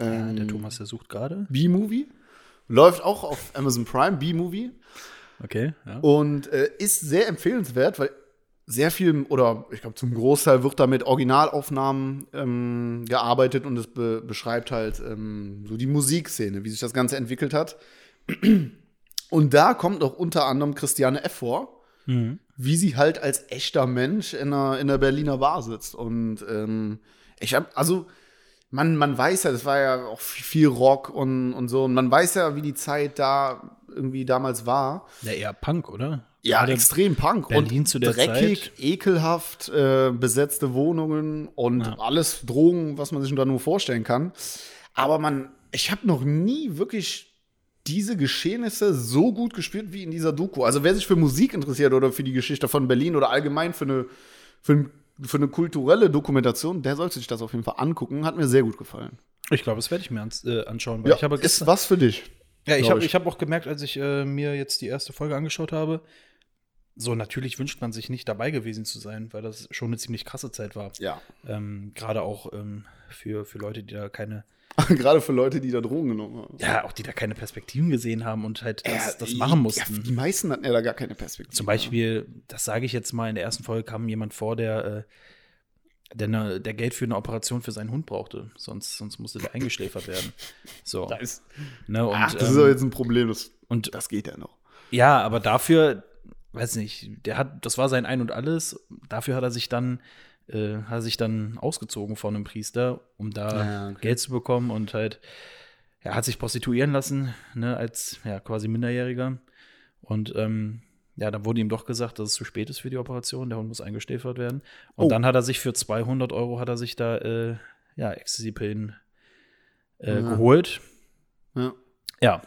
S2: Ja, der
S3: ähm,
S2: Thomas, der sucht gerade.
S3: B-Movie. Läuft auch auf Amazon Prime, B-Movie.
S2: Okay, ja.
S3: Und äh, ist sehr empfehlenswert, weil sehr viel oder ich glaube zum Großteil wird da mit Originalaufnahmen ähm, gearbeitet und es be beschreibt halt ähm, so die Musikszene, wie sich das Ganze entwickelt hat. Und da kommt auch unter anderem Christiane F. vor,
S2: Mhm.
S3: wie sie halt als echter Mensch in einer, in einer Berliner Bar sitzt. Und ähm, ich habe, also man, man weiß ja, das war ja auch viel Rock und, und so, und man weiß ja, wie die Zeit da irgendwie damals war.
S2: Ja, eher Punk, oder?
S3: Ja,
S2: Gerade-
S3: extrem Punk
S2: Berlin
S3: und
S2: zu der
S3: dreckig,
S2: Zeit.
S3: ekelhaft, äh, besetzte Wohnungen und alles Drogen, was man sich da nur vorstellen kann. Aber man, ich habe noch nie wirklich diese Geschehnisse so gut gespielt wie in dieser Doku. Also wer sich für Musik interessiert oder für die Geschichte von Berlin oder allgemein für eine, für, ein- für eine kulturelle Dokumentation, der sollte sich das auf jeden Fall angucken. Hat mir sehr gut gefallen.
S2: Ich glaube, das werde ich mir ans- äh, anschauen, weil
S3: Ja,
S2: ich habe gestern,
S3: ist was für dich.
S2: Ja, ich
S3: glaub
S2: habe
S3: ich.
S2: ich hab auch gemerkt, als ich äh, mir jetzt die erste Folge angeschaut habe, so natürlich wünscht man sich nicht dabei gewesen zu sein, weil das schon eine ziemlich krasse Zeit war.
S3: Ja.
S2: Ähm, Gerade auch ähm, für, für Leute, die da keine,
S3: Gerade für Leute, die da Drogen genommen haben.
S2: ja, auch die da keine Perspektiven gesehen haben und halt das,
S3: Ja,
S2: das
S3: die-
S2: machen
S3: Ja,
S2: mussten.
S3: die meisten hatten ja da gar keine Perspektive.
S2: Zum Beispiel, das sage ich jetzt mal, in der ersten Folge kam jemand vor, der, äh, der, ne, der Geld für eine Operation für seinen Hund brauchte. Sonst, sonst musste der eingeschläfert werden. So.
S3: ist,
S2: Ne, und,
S3: Ach, das
S2: ähm,
S3: ist doch jetzt ein Problem, das,
S2: und
S3: das geht ja noch.
S2: Ja, aber dafür, weiß nicht, der hat, das war sein Ein und Alles. Dafür hat er sich dann, äh, hat er sich dann ausgezogen von einem Priester, um da
S3: Ja, okay.
S2: Geld zu bekommen und halt, er hat sich prostituieren lassen, ne, als ja quasi Minderjähriger. Und ähm, ja, dann wurde ihm doch gesagt, dass es zu spät ist für die Operation, der Hund muss eingestäfert werden. Und
S3: Oh.
S2: dann hat er sich für 200 Euro hat er sich da äh, ja Ecstasy-Pillen äh,
S3: Ja.
S2: geholt.
S3: Ja.
S2: Ja.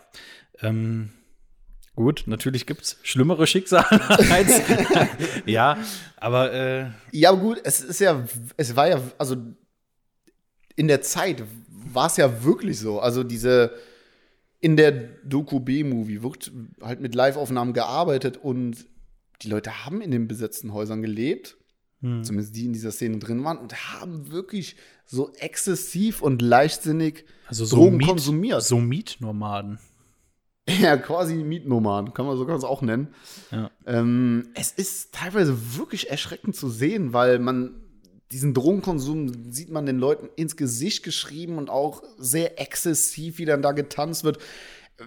S2: Ähm, gut, natürlich gibt es schlimmere Schicksale als. ja, aber äh,
S3: ja, aber gut, es ist ja, es war ja, also in der Zeit war es ja wirklich so. Also diese, in der Doku B-Movie wird halt mit Live-Aufnahmen gearbeitet und die Leute haben in den besetzten Häusern gelebt,
S2: Mhm.
S3: zumindest die in dieser Szene drin waren, und haben wirklich so exzessiv und leichtsinnig
S2: Also
S3: Drogen
S2: Miet-
S3: konsumiert.
S2: So Mietnomaden.
S3: Ja, quasi Mietnummern, kann man so ganz auch nennen.
S2: Ja.
S3: Ähm, es ist teilweise wirklich erschreckend zu sehen, weil man diesen Drogenkonsum sieht man den Leuten ins Gesicht geschrieben und auch sehr exzessiv, wie dann da getanzt wird.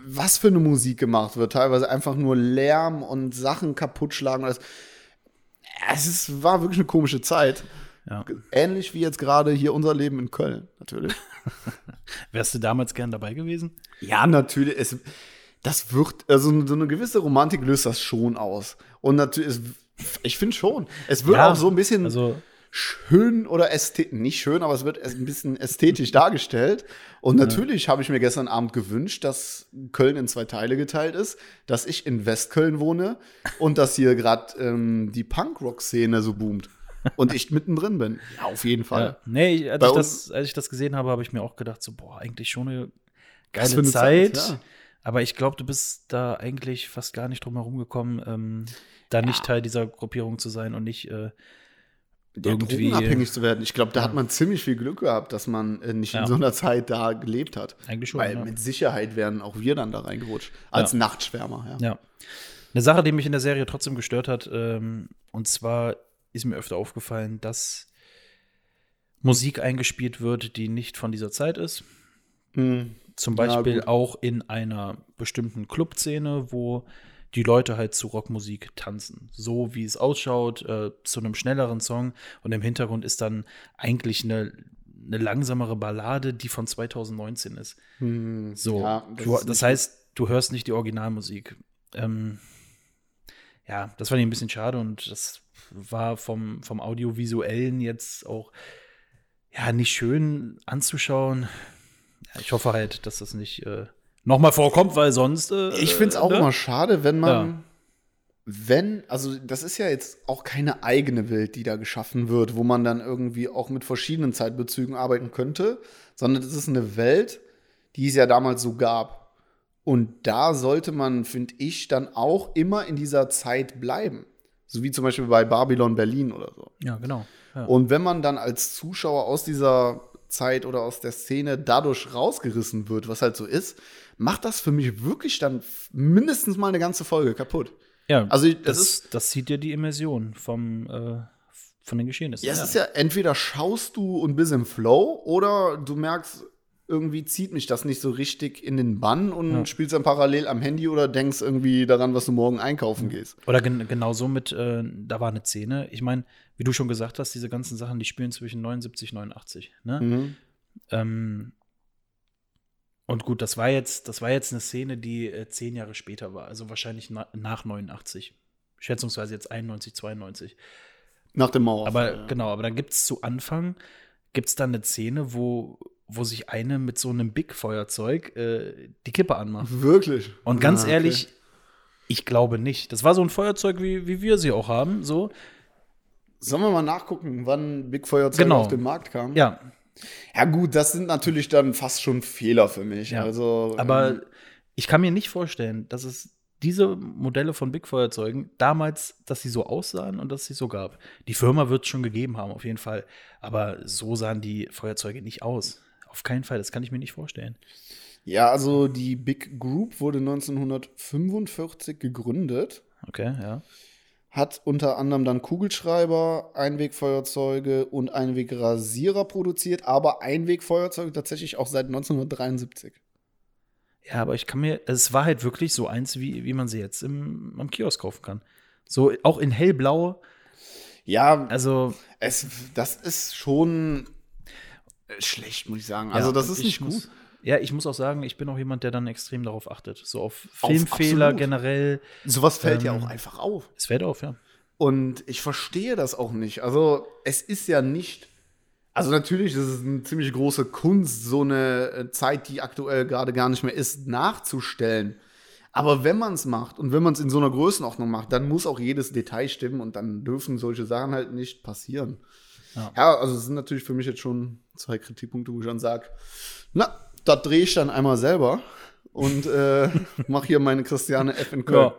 S3: Was für eine Musik gemacht wird, teilweise einfach nur Lärm und Sachen kaputt schlagen. Das- Es ist, war wirklich eine komische Zeit.
S2: Ja.
S3: Ähnlich wie jetzt gerade hier unser Leben in Köln, natürlich.
S2: Wärst du damals gern dabei gewesen?
S3: Ja, natürlich. Es, das wird, also so eine gewisse Romantik löst das schon aus. Und natürlich, es, ich finde schon. Es wird
S2: Ja,
S3: auch so ein bisschen
S2: also-
S3: schön oder ästhetisch, nicht schön, aber es wird ein bisschen ästhetisch dargestellt. Und natürlich habe ich mir gestern Abend gewünscht, dass Köln in zwei Teile geteilt ist, dass ich in Westköln wohne und dass hier gerade ähm, die Punkrock-Szene so boomt. Und ich mittendrin bin. Ja, auf jeden Fall.
S2: Ja. Nee, ich- als
S3: Bei
S2: ich,
S3: uns-
S2: das, als ich das gesehen habe, habe ich mir auch gedacht, so, boah, eigentlich schon eine geile
S3: für eine
S2: Zeit.
S3: Zeit, ja.
S2: Aber ich glaube, du bist da eigentlich fast gar nicht drum herum gekommen, ähm, da nicht Teil dieser Gruppierung zu sein und nicht äh,
S3: ja,
S2: irgendwie.
S3: drogenabhängig zu werden. Ich glaube, da hat man ziemlich viel Glück gehabt, dass man äh, nicht
S2: Ja.
S3: in so einer Zeit da gelebt hat.
S2: Eigentlich schon,
S3: Weil
S2: ja.
S3: mit Sicherheit wären auch wir dann da reingerutscht. Als Nachtschwärmer, ja.
S2: Ja. Eine Sache, die mich in der Serie trotzdem gestört hat, ähm, und zwar ist mir öfter aufgefallen, dass Musik eingespielt wird, die nicht von dieser Zeit ist.
S3: Hm.
S2: Zum
S3: Ja,
S2: Beispiel
S3: gut.
S2: auch in einer bestimmten Clubszene, wo die Leute halt zu Rockmusik tanzen. So wie es ausschaut, äh, zu einem schnelleren Song. Und im Hintergrund ist dann eigentlich eine, eine langsamere Ballade, die von 2019 ist.
S3: Hm.
S2: So,
S3: Ja, das
S2: das, du,
S3: ist
S2: das heißt, du hörst nicht die Originalmusik. Ähm, ja, das fand ich ein bisschen schade und das war vom, vom Audiovisuellen jetzt auch ja nicht schön anzuschauen. Ja, ich hoffe halt, dass das nicht äh, nochmal vorkommt, weil sonst. Äh,
S3: Ich finde es auch
S2: ne?
S3: immer schade, wenn man.
S2: Ja.
S3: Wenn, also das ist ja jetzt auch keine eigene Welt, die da geschaffen wird, wo man dann irgendwie auch mit verschiedenen Zeitbezügen arbeiten könnte, sondern das ist eine Welt, die es ja damals so gab. Und da sollte man, finde ich, dann auch immer in dieser Zeit bleiben. So wie zum Beispiel bei Babylon Berlin oder so.
S2: Ja, genau. Ja.
S3: Und wenn man dann als Zuschauer aus dieser Zeit oder aus der Szene dadurch rausgerissen wird, was halt so ist, macht das für mich wirklich dann f- mindestens mal eine ganze Folge kaputt.
S2: ja,
S3: also ich- das
S2: das, das zieht dir die Immersion vom, äh, von den Geschehnissen.
S3: Ja, es ist ja entweder schaust du und bist im Flow oder du merkst, irgendwie zieht mich das nicht so richtig in den Bann und
S2: Ja.
S3: spielst dann parallel am Handy oder denkst irgendwie daran, was du morgen
S2: Mhm.
S3: einkaufen gehst.
S2: Oder gen genauso mit, äh, da war eine Szene. Ich meine, wie du schon gesagt hast, diese ganzen Sachen, die spielen zwischen 79 89. Ne?
S3: Mhm.
S2: Ähm, und gut, das war jetzt, das war jetzt eine Szene, die äh, zehn Jahre später war, also wahrscheinlich na nach 89. Schätzungsweise jetzt 91, 92.
S3: Nach dem Mauer.
S2: Aber genau, aber dann gibt es zu Anfang, gibt es dann eine Szene, wo, wo sich eine mit so einem Big-Feuerzeug äh, die Kippe anmacht.
S3: Wirklich.
S2: Und ganz
S3: Ah, okay.
S2: ehrlich, ich glaube nicht. Das war so ein Feuerzeug, wie, wie wir sie auch haben. So,
S3: Sollen wir mal nachgucken, wann Big Feuerzeug
S2: Genau.
S3: auf den Markt kam?
S2: ja,
S3: Ja, gut, das sind natürlich dann fast schon Fehler für mich.
S2: Ja.
S3: Also, ähm,
S2: Aber ich kann mir nicht vorstellen, dass es diese Modelle von Big-Feuerzeugen damals, dass sie so aussahen und dass sie so gab. Die Firma wird es schon gegeben haben, auf jeden Fall. Aber so sahen die Feuerzeuge nicht aus. Auf keinen Fall, das kann ich mir nicht vorstellen.
S3: ja, also die Big Group wurde 1945 gegründet,
S2: Okay, ja.
S3: hat unter anderem dann Kugelschreiber, Einwegfeuerzeuge und Einwegrasierer produziert, aber Einwegfeuerzeuge tatsächlich auch seit 1973.
S2: Ja, aber ich kann mir, es war halt wirklich so eins, wie, wie man sie jetzt im, am Kiosk kaufen kann. So auch in hellblau.
S3: Ja,
S2: Also,
S3: es, das ist schon äh, schlecht, muss ich sagen. also,
S2: ja,
S3: das ist
S2: ich
S3: nicht
S2: muss-
S3: gut.
S2: Ja, ich muss auch sagen, ich bin auch jemand, der dann extrem darauf achtet. So auf
S3: Auf-
S2: Filmfehler
S3: absolut.
S2: generell.
S3: Sowas fällt ja
S2: Ähm,
S3: auch einfach auf.
S2: Es fällt auf, ja.
S3: Und ich verstehe das auch nicht. Also, es ist ja nicht. Also, natürlich ist es eine ziemlich große Kunst, so eine äh, Zeit, die aktuell gerade gar nicht mehr ist, nachzustellen. Aber wenn man es macht und wenn man es in so einer Größenordnung macht, dann muss auch jedes Detail stimmen und dann dürfen solche Sachen halt nicht passieren. Ja,
S2: Ja.
S3: also, es sind natürlich für mich jetzt schon zwei Kritikpunkte, wo ich dann sage: Na, da drehe ich dann einmal selber und äh, mach hier meine Christiane F. in Köln.
S2: Ja.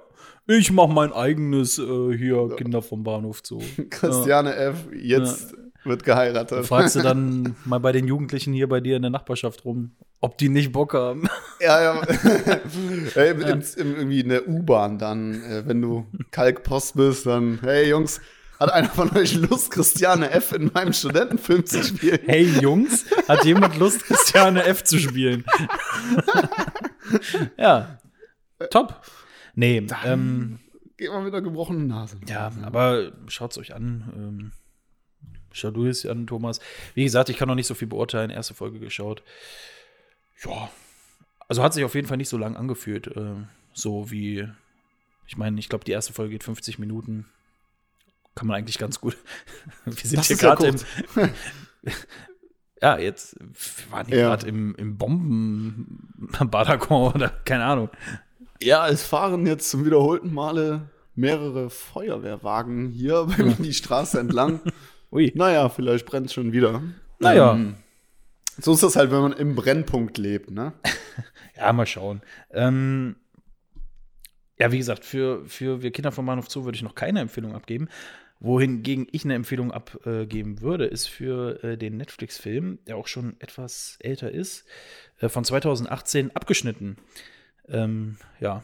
S2: Ich mach mein eigenes äh, hier Kinder vom Bahnhof Zoo.
S3: Christiane F. Jetzt wird geheiratet.
S2: Fragst du dann mal bei den Jugendlichen hier bei dir in der Nachbarschaft rum, ob die nicht Bock haben.
S3: Ja, ja. hey, im, im, im, irgendwie in der U-Bahn dann, äh, wenn du Kalkpost bist, dann, hey Jungs, hat einer von euch Lust, Christiane F. in meinem Studentenfilm zu spielen?
S2: Hey Jungs, hat jemand Lust, Christiane F zu spielen? ja, top. Nee, ähm,
S3: Geht mal mit einer gebrochenen Nase.
S2: ja, aber schaut's euch an. Ähm, schau du es an, Thomas. Wie gesagt, ich kann noch nicht so viel beurteilen. Erste Folge geschaut. Ja, also hat sich auf jeden Fall nicht so lang angefühlt. Äh, so wie, ich meine, ich glaube, die erste Folge geht 50 Minuten. Kann man eigentlich ganz gut. Wir sind
S3: Das
S2: hier
S3: ist ja
S2: gerade im.
S3: kurz.
S2: Ja, jetzt wir waren hier
S3: Ja.
S2: gerade im, im Bomben-Badakon oder keine Ahnung.
S3: Ja, es fahren jetzt zum wiederholten Male mehrere Feuerwehrwagen hier bei mir die Straße entlang.
S2: Ui.
S3: Naja, vielleicht brennt schon wieder.
S2: Naja.
S3: Ähm, so ist das halt, wenn man im Brennpunkt lebt, ne?
S2: Ja, mal schauen. Ähm, ja, wie gesagt, für, für wir Kinder vom Bahnhof Zoo würde ich noch keine Empfehlung abgeben. Wohingegen ich eine Empfehlung abgeben würde, ist für äh, den Netflix-Film, der auch schon etwas älter ist, äh, von 2018 abgeschnitten. Ähm, ja.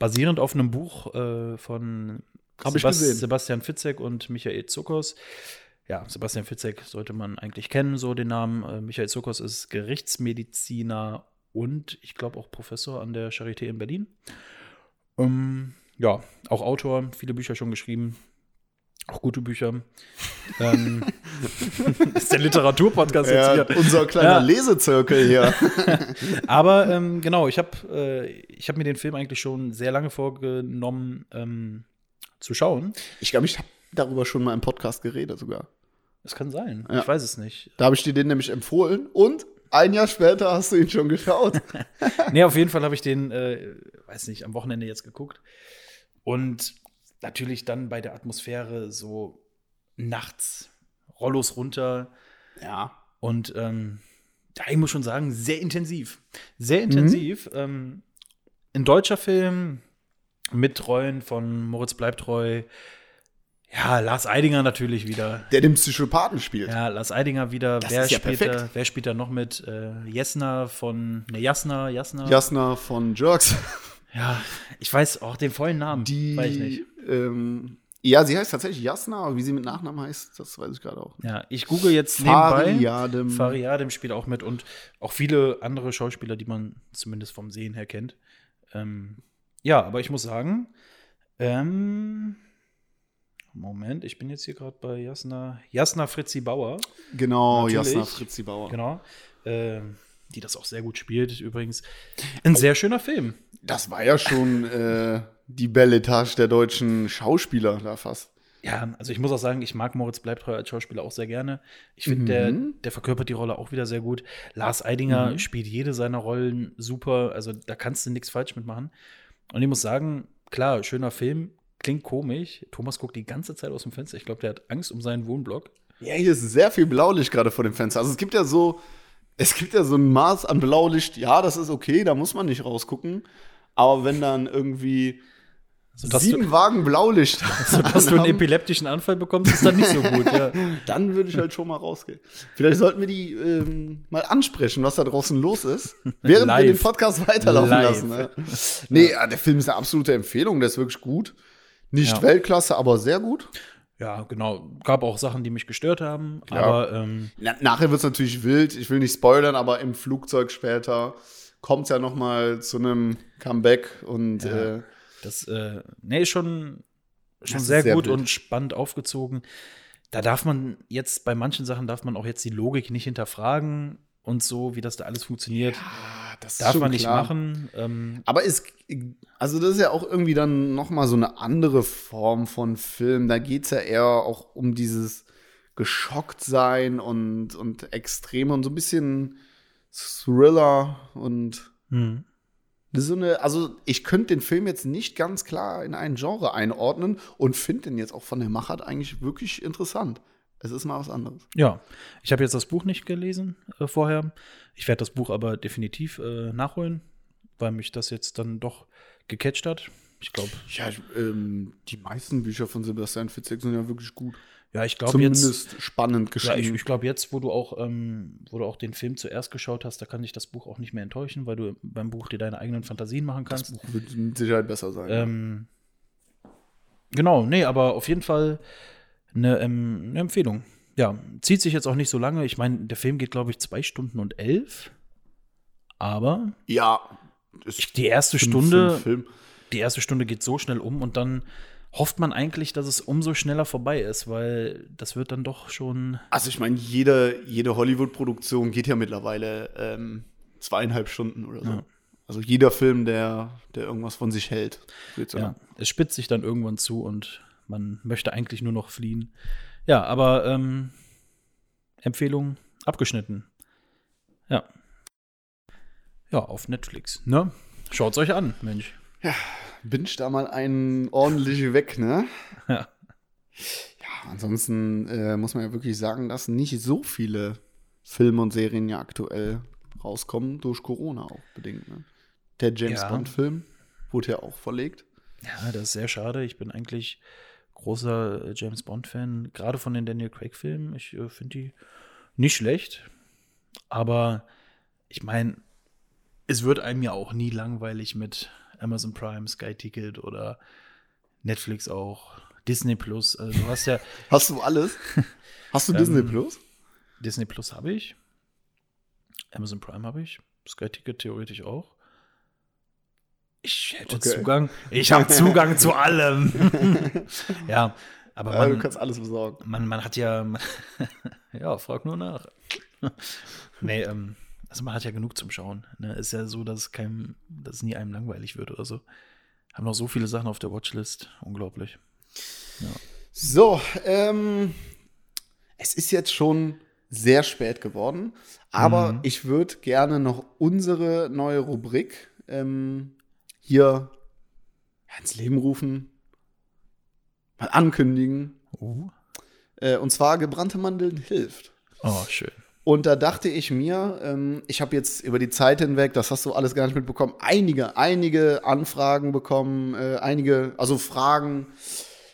S2: Basierend auf einem Buch äh, von
S3: Hab ich gesehen.
S2: Sebastian Fitzek und Michael Zuckers. Ja, Sebastian Fitzek sollte man eigentlich kennen, so den Namen. Äh, Michael Zuckers ist Gerichtsmediziner und ich glaube auch Professor an der Charité in Berlin. Ähm, ja, auch Autor, viele Bücher schon geschrieben. Auch gute Bücher. ähm, ist der Literaturpodcast jetzt
S3: Ja,
S2: hier.
S3: unser kleiner
S2: Ja.
S3: Lesezirkel hier.
S2: Aber ähm, genau, ich habe äh, ich hab mir den Film eigentlich schon sehr lange vorgenommen ähm, zu schauen.
S3: Ich glaube, ich habe darüber schon mal im Podcast geredet sogar.
S2: Es kann sein.
S3: Ja.
S2: Ich weiß es nicht.
S3: Da habe ich dir den nämlich empfohlen und ein Jahr später hast du ihn schon geschaut.
S2: Nee, auf jeden Fall habe ich den, äh, weiß nicht, am Wochenende jetzt geguckt. Und natürlich dann bei der Atmosphäre so nachts, Rollos runter.
S3: Ja.
S2: Und ähm, ja, ich muss schon sagen, sehr intensiv. Sehr intensiv.
S3: Mhm.
S2: Ähm, ein deutscher Film mit Rollen von Moritz Bleibtreu. Ja, Lars Eidinger natürlich wieder.
S3: Der den Psychopathen spielt.
S2: Ja, Lars Eidinger wieder.
S3: Das
S2: wer,
S3: ist ja
S2: spielt
S3: perfekt.
S2: da, wer spielt da noch mit? Äh, Jesna von. Ne, Jasna, Jasna.
S3: Jasna von Jerks.
S2: Ja, ich weiß auch den vollen Namen.
S3: Die,
S2: weiß ich nicht.
S3: Ähm, ja, sie heißt tatsächlich Jasna, aber wie sie mit Nachnamen heißt, das weiß ich gerade auch. nicht.
S2: Ja, ich google jetzt nebenbei.
S3: Fariadem.
S2: Fariadem spielt auch mit und auch viele andere Schauspieler, die man zumindest vom Sehen her kennt. Ähm, ja, aber ich muss sagen, ähm, Moment, ich bin jetzt hier gerade bei Jasna, Jasna Fritzi Bauer,
S3: Genau,
S2: Natürlich.
S3: Jasna Fritzi Bauer.
S2: genau, ähm, die das auch sehr gut spielt übrigens. Ein sehr schöner Film.
S3: Das war ja schon äh, die Belle Etage der deutschen Schauspieler da fast.
S2: Ja, also ich muss auch sagen, ich mag Moritz Bleibtreu als Schauspieler auch sehr gerne. Ich finde,
S3: Mhm. Mhm.
S2: der, der verkörpert die Rolle auch wieder sehr gut. Lars Eidinger spielt jede seiner Rollen super. Also da kannst du nichts falsch mitmachen. Und ich muss sagen, klar, schöner Film, klingt komisch. Thomas guckt die ganze Zeit aus dem Fenster. Ich glaube, der hat Angst um seinen Wohnblock.
S3: Ja, hier ist sehr viel Blaulicht gerade vor dem Fenster. Also es gibt ja so, es gibt ja so ein Maß an Blaulicht. Ja, das ist okay, da muss man nicht rausgucken. Aber wenn dann irgendwie
S2: Sodass
S3: sieben
S2: Also, du,
S3: Wagen Blaulicht,
S2: sodass du einen
S3: anhaben,
S2: epileptischen Anfall bekommst, ist dann nicht so gut. Ja.
S3: dann würde ich halt schon mal rausgehen. Vielleicht sollten wir die ähm, mal ansprechen, was da draußen los ist, während
S2: Live.
S3: wir den Podcast weiterlaufen
S2: Live.
S3: lassen. Ne? Nee, ja, der Film ist eine absolute Empfehlung, der ist wirklich gut. Nicht
S2: Ja.
S3: Weltklasse, aber sehr gut.
S2: ja, genau. Gab auch Sachen, die mich gestört haben.
S3: Klar.
S2: Aber ähm,
S3: Na, nachher wird es natürlich wild. Ich will nicht spoilern, aber im Flugzeug später kommt es ja noch mal zu einem Comeback und
S2: Ja.
S3: äh,
S2: Das, äh, nee, schon, schon
S3: Das ist
S2: sehr,
S3: sehr
S2: gut
S3: wild.
S2: und spannend aufgezogen. Da darf man jetzt, bei manchen Sachen darf man auch jetzt die Logik nicht hinterfragen und so, wie das da alles funktioniert.
S3: Ah, das
S2: darf man nicht machen. Ähm,
S3: Aber es, also das ist ja auch irgendwie dann noch mal so eine andere Form von Film. Da geht es ja eher auch um dieses geschockt sein und und Extreme und so ein bisschen Thriller und
S2: hm.
S3: so eine, also ich könnte den Film jetzt nicht ganz klar in ein Genre einordnen und finde den jetzt auch von der Machart eigentlich wirklich interessant. Es ist mal was anderes.
S2: Ja, ich habe jetzt das Buch nicht gelesen äh, vorher. Ich werde das Buch aber definitiv äh, nachholen. weil mich das jetzt dann doch gecatcht hat. Ich glaube,
S3: Ja, ich- ähm, die meisten Bücher von Sebastian Fitzek sind ja wirklich gut.
S2: ja, ich glaube jetzt.
S3: Zumindest spannend
S2: Ja, ich
S3: geschrieben.
S2: ich glaube jetzt, wo du auch, ähm, wo du auch den Film zuerst geschaut hast, da kann dich das Buch auch nicht mehr enttäuschen, weil du beim Buch dir deine eigenen Fantasien machen kannst.
S3: Buch wird mit Sicherheit besser sein.
S2: Ähm, genau, nee, aber auf jeden Fall eine, ähm, eine Empfehlung. Ja, zieht sich jetzt auch nicht so lange. Ich meine, der Film geht, glaube ich, zwei Stunden und elf. Aber
S3: ja. Ist
S2: die erste
S3: für- für
S2: Stunde,
S3: einen Film.
S2: die erste Stunde geht so schnell um und dann hofft man eigentlich, dass es umso schneller vorbei ist, weil das wird dann doch schon.
S3: Also ich meine, jede, jede Hollywood-Produktion geht ja mittlerweile ähm, zweieinhalb Stunden oder so.
S2: Ja.
S3: Also jeder Film, der, der irgendwas von sich hält. würde ich
S2: Ja,
S3: sagen.
S2: es spitzt sich dann irgendwann zu und man möchte eigentlich nur noch fliehen. Ja, aber ähm, Empfehlung abgeschnitten. Ja. Ja, auf Netflix. Ne? Schaut's euch an, Mensch.
S3: Binge da mal einen ordentlich weg, ne?
S2: Ja.
S3: Ja, ansonsten äh, muss man ja wirklich sagen, dass nicht so viele Filme und Serien ja aktuell rauskommen, durch Corona auch bedingt. Ne? Der James
S2: Ja.
S3: Bond-Film wurde ja auch verlegt.
S2: Ja, das ist sehr schade. Ich bin eigentlich großer äh, James Bond-Fan, gerade von den Daniel Craig-Filmen. Ich äh, finde die nicht schlecht. Aber ich meine, es wird einem ja auch nie langweilig mit Amazon Prime, Sky Ticket oder Netflix auch, Disney Plus. Also du hast ja
S3: Hast du alles? Hast du
S2: Ähm,
S3: Disney Plus?
S2: Disney Plus habe ich, Amazon Prime habe ich, Sky Ticket theoretisch auch. Ich hätte
S3: Okay.
S2: Zugang. Ich habe Zugang zu allem. ja, aber
S3: Ja,
S2: man,
S3: Also, du kannst alles besorgen.
S2: man, man hat ja, man, ja, frag nur nach. nee, ähm, also man hat ja genug zum Schauen. Ne? Ist ja so, dass es keinem, dass es nie einem langweilig wird oder so. Haben noch so viele Sachen auf der Watchlist. Unglaublich.
S3: So, ähm, es ist jetzt schon sehr spät geworden, aber ich würde gerne noch unsere neue Rubrik ähm, hier ins Leben rufen, mal ankündigen.
S2: Uh.
S3: Äh, und zwar gebrannte Mandeln hilft.
S2: Oh, schön.
S3: Und da dachte ich mir, ähm, ich habe jetzt über die Zeit hinweg, das hast du alles gar nicht mitbekommen, einige, einige Anfragen bekommen, äh, einige, also Fragen,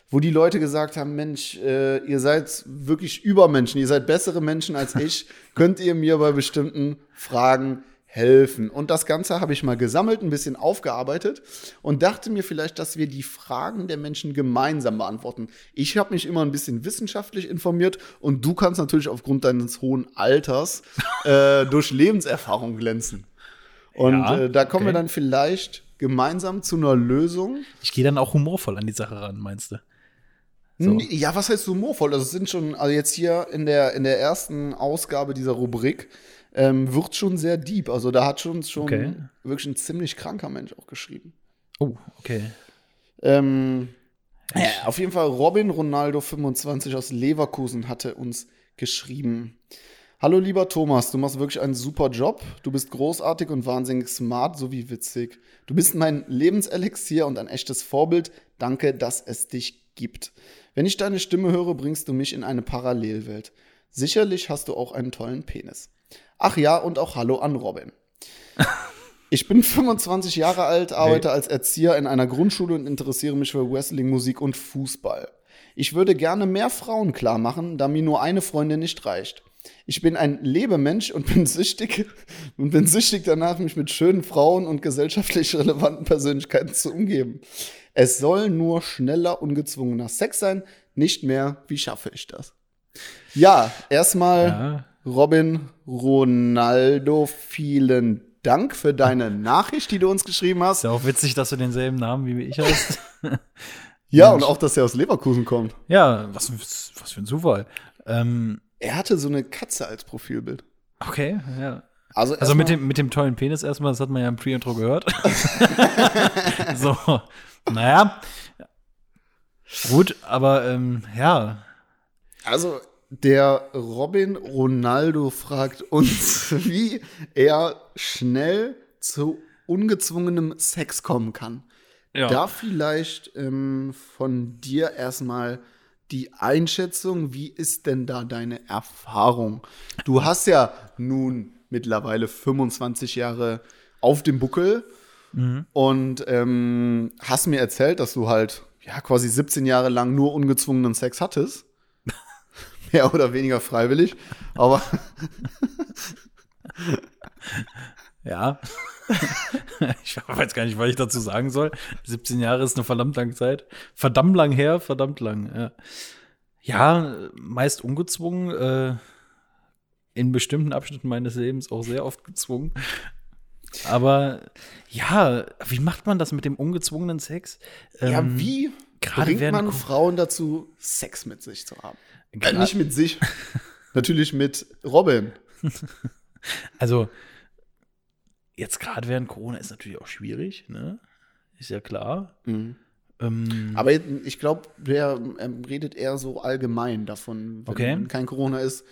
S3: wo die Leute gesagt haben, Mensch, äh, ihr seid wirklich Übermenschen, ihr seid bessere Menschen als ich, könnt ihr mir bei bestimmten Fragen helfen? Und das Ganze habe ich mal gesammelt, ein bisschen aufgearbeitet und dachte mir vielleicht, dass wir die Fragen der Menschen gemeinsam beantworten. Ich habe mich immer ein bisschen wissenschaftlich informiert und du kannst natürlich aufgrund deines hohen Alters äh, durch Lebenserfahrung glänzen. Und
S2: Ja,
S3: äh, da kommen wir
S2: okay.
S3: dann vielleicht gemeinsam zu einer Lösung.
S2: Ich gehe dann auch humorvoll an die Sache ran, meinst du? So.
S3: Nee, Ja, was heißt humorvoll? Also es sind schon, also jetzt hier in der, in der ersten Ausgabe dieser Rubrik ähm, wird schon sehr deep. Also da hat schon, schon
S2: Okay.
S3: wirklich ein ziemlich kranker Mensch auch geschrieben.
S2: Oh, okay.
S3: Ähm, ja, auf jeden Fall Robin Ronaldo 25 aus Leverkusen hatte uns geschrieben. Hallo lieber Thomas, du machst wirklich einen super Job. Du bist großartig und wahnsinnig smart sowie witzig. Du bist mein Lebenselixier und ein echtes Vorbild. Danke, dass es dich gibt. Wenn ich deine Stimme höre, bringst du mich in eine Parallelwelt. Sicherlich hast du auch einen tollen Penis. Ach ja, und auch Hallo an Robin. Ich bin 25 Jahre alt, arbeite als Erzieher in einer Grundschule und interessiere mich für Wrestling, Musik und Fußball. Ich würde gerne mehr Frauen klar machen, da mir nur eine Freundin nicht reicht. Ich bin ein Lebemensch und bin süchtig und bin süchtig danach, mich mit schönen Frauen und gesellschaftlich relevanten Persönlichkeiten zu umgeben. Es soll nur schneller, ungezwungener Sex sein, nicht mehr, wie schaffe ich das? Ja, erstmal.
S2: Ja.
S3: Robin Ronaldo, vielen Dank für deine Nachricht, die du uns geschrieben
S2: Ist
S3: hast.
S2: ja auch witzig, dass du denselben Namen wie ich hast.
S3: Ja, und auch, dass er aus Leverkusen kommt.
S2: ja, was, was für ein Zufall. Ähm,
S3: Er hatte so eine Katze als Profilbild.
S2: okay, ja. Also
S3: Also, erstmal-
S2: mit dem, mit dem tollen Penis erstmal, das hat man ja im Pre-Intro gehört. so, naja. Gut, aber ähm, ja,
S3: Also der Robin Ronaldo fragt uns, wie er schnell zu ungezwungenem Sex kommen kann.
S2: Ja.
S3: Da vielleicht ähm, von dir erstmal die Einschätzung, wie ist denn da deine Erfahrung? Du hast ja nun mittlerweile 25 Jahre auf dem Buckel
S2: Mhm.
S3: Und ähm, hast mir erzählt, dass du halt ja quasi 17 Jahre lang nur ungezwungenen Sex hattest. Mehr oder weniger freiwillig. Aber
S2: Ja. ich weiß gar nicht, was ich dazu sagen soll. 17 Jahre ist eine verdammt lange Zeit. Verdammt lang her, verdammt lang. Ja, ja meist ungezwungen. Äh, in bestimmten Abschnitten meines Lebens auch sehr oft gezwungen. Aber ja, wie macht man das mit dem ungezwungenen Sex?
S3: ja,
S2: Ähm,
S3: wie
S2: gerade
S3: bringt
S2: werden
S3: man
S2: Ko-
S3: Frauen dazu, Sex mit sich zu haben? Äh,
S2: gra-
S3: nicht mit sich, natürlich mit Robin.
S2: Also, jetzt gerade während Corona ist natürlich auch schwierig, ne? Ist ja klar. Ähm,
S3: Aber ich glaube, der ähm, redet eher so allgemein davon, wenn
S2: Okay.
S3: kein Corona ist,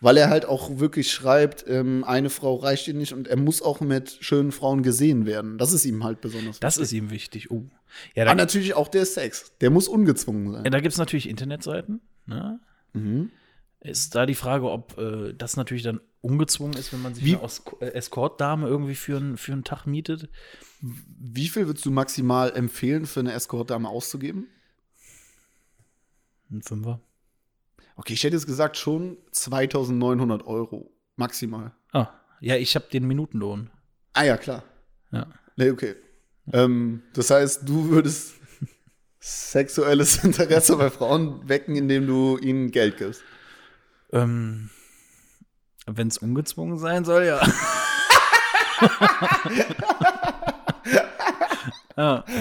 S3: weil er halt auch wirklich schreibt, ähm, eine Frau reicht ihm nicht und er muss auch mit schönen Frauen gesehen werden. Das ist ihm halt besonders
S2: das
S3: wichtig.
S2: ist ihm wichtig. Oh. Ja,
S3: Aber
S2: da,
S3: natürlich auch der Sex. Der muss ungezwungen sein.
S2: da gibt es natürlich Internetseiten, ne?
S3: Mhm.
S2: Ist da die Frage, ob äh, das natürlich dann ungezwungen ist, wenn man sich
S3: Wie-
S2: eine Os äh, Escort-Dame irgendwie für, einen- für einen Tag mietet?
S3: Wie viel würdest du maximal empfehlen, für eine Escort-Dame auszugeben?
S2: Ein Fünfer.
S3: Okay, ich hätte jetzt gesagt, schon 2900 Euro maximal.
S2: Ah, ja, ich habe den Minutenlohn.
S3: Ah ja, klar.
S2: Ja.
S3: Nee, okay. Ähm, das heißt, du würdest sexuelles Interesse bei Frauen wecken, indem du ihnen Geld gibst.
S2: Ähm, wenn es ungezwungen sein soll, ja. ja.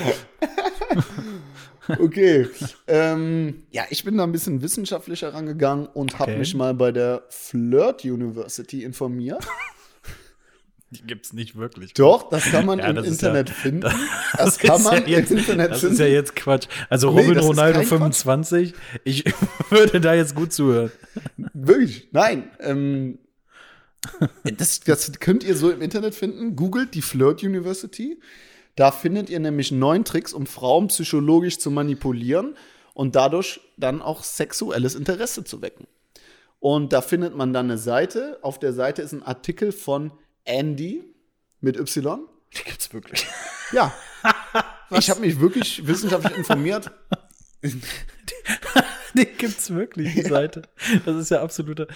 S3: Okay. ähm, ja, ich bin da ein bisschen wissenschaftlicher rangegangen und habe
S2: Okay.
S3: mich mal bei der Flirt University informiert.
S2: Die gibt es nicht wirklich.
S3: Doch, das kann man
S2: Ja,
S3: im
S2: das ist
S3: Internet finden. Das, kann
S2: ist
S3: man
S2: ja jetzt,
S3: im Internet
S2: das
S3: finden.
S2: ist ja jetzt Quatsch. Also
S3: Nee,
S2: Robin
S3: das ist
S2: Ronaldo
S3: kein Quatsch.
S2: 25, ich würde da jetzt gut zuhören.
S3: Wirklich, nein. Ähm, das, das könnt ihr so im Internet finden. Googelt die Flirt University. Da findet ihr nämlich neun Tricks, um Frauen psychologisch zu manipulieren und dadurch dann auch sexuelles Interesse zu wecken. Und da findet man dann eine Seite. Auf der Seite ist ein Artikel von Andy mit Y.
S2: Die gibt's wirklich.
S3: Ja. Ich habe mich wirklich wissenschaftlich informiert.
S2: Die gibt's wirklich, die Seite. Das ist ja absolute,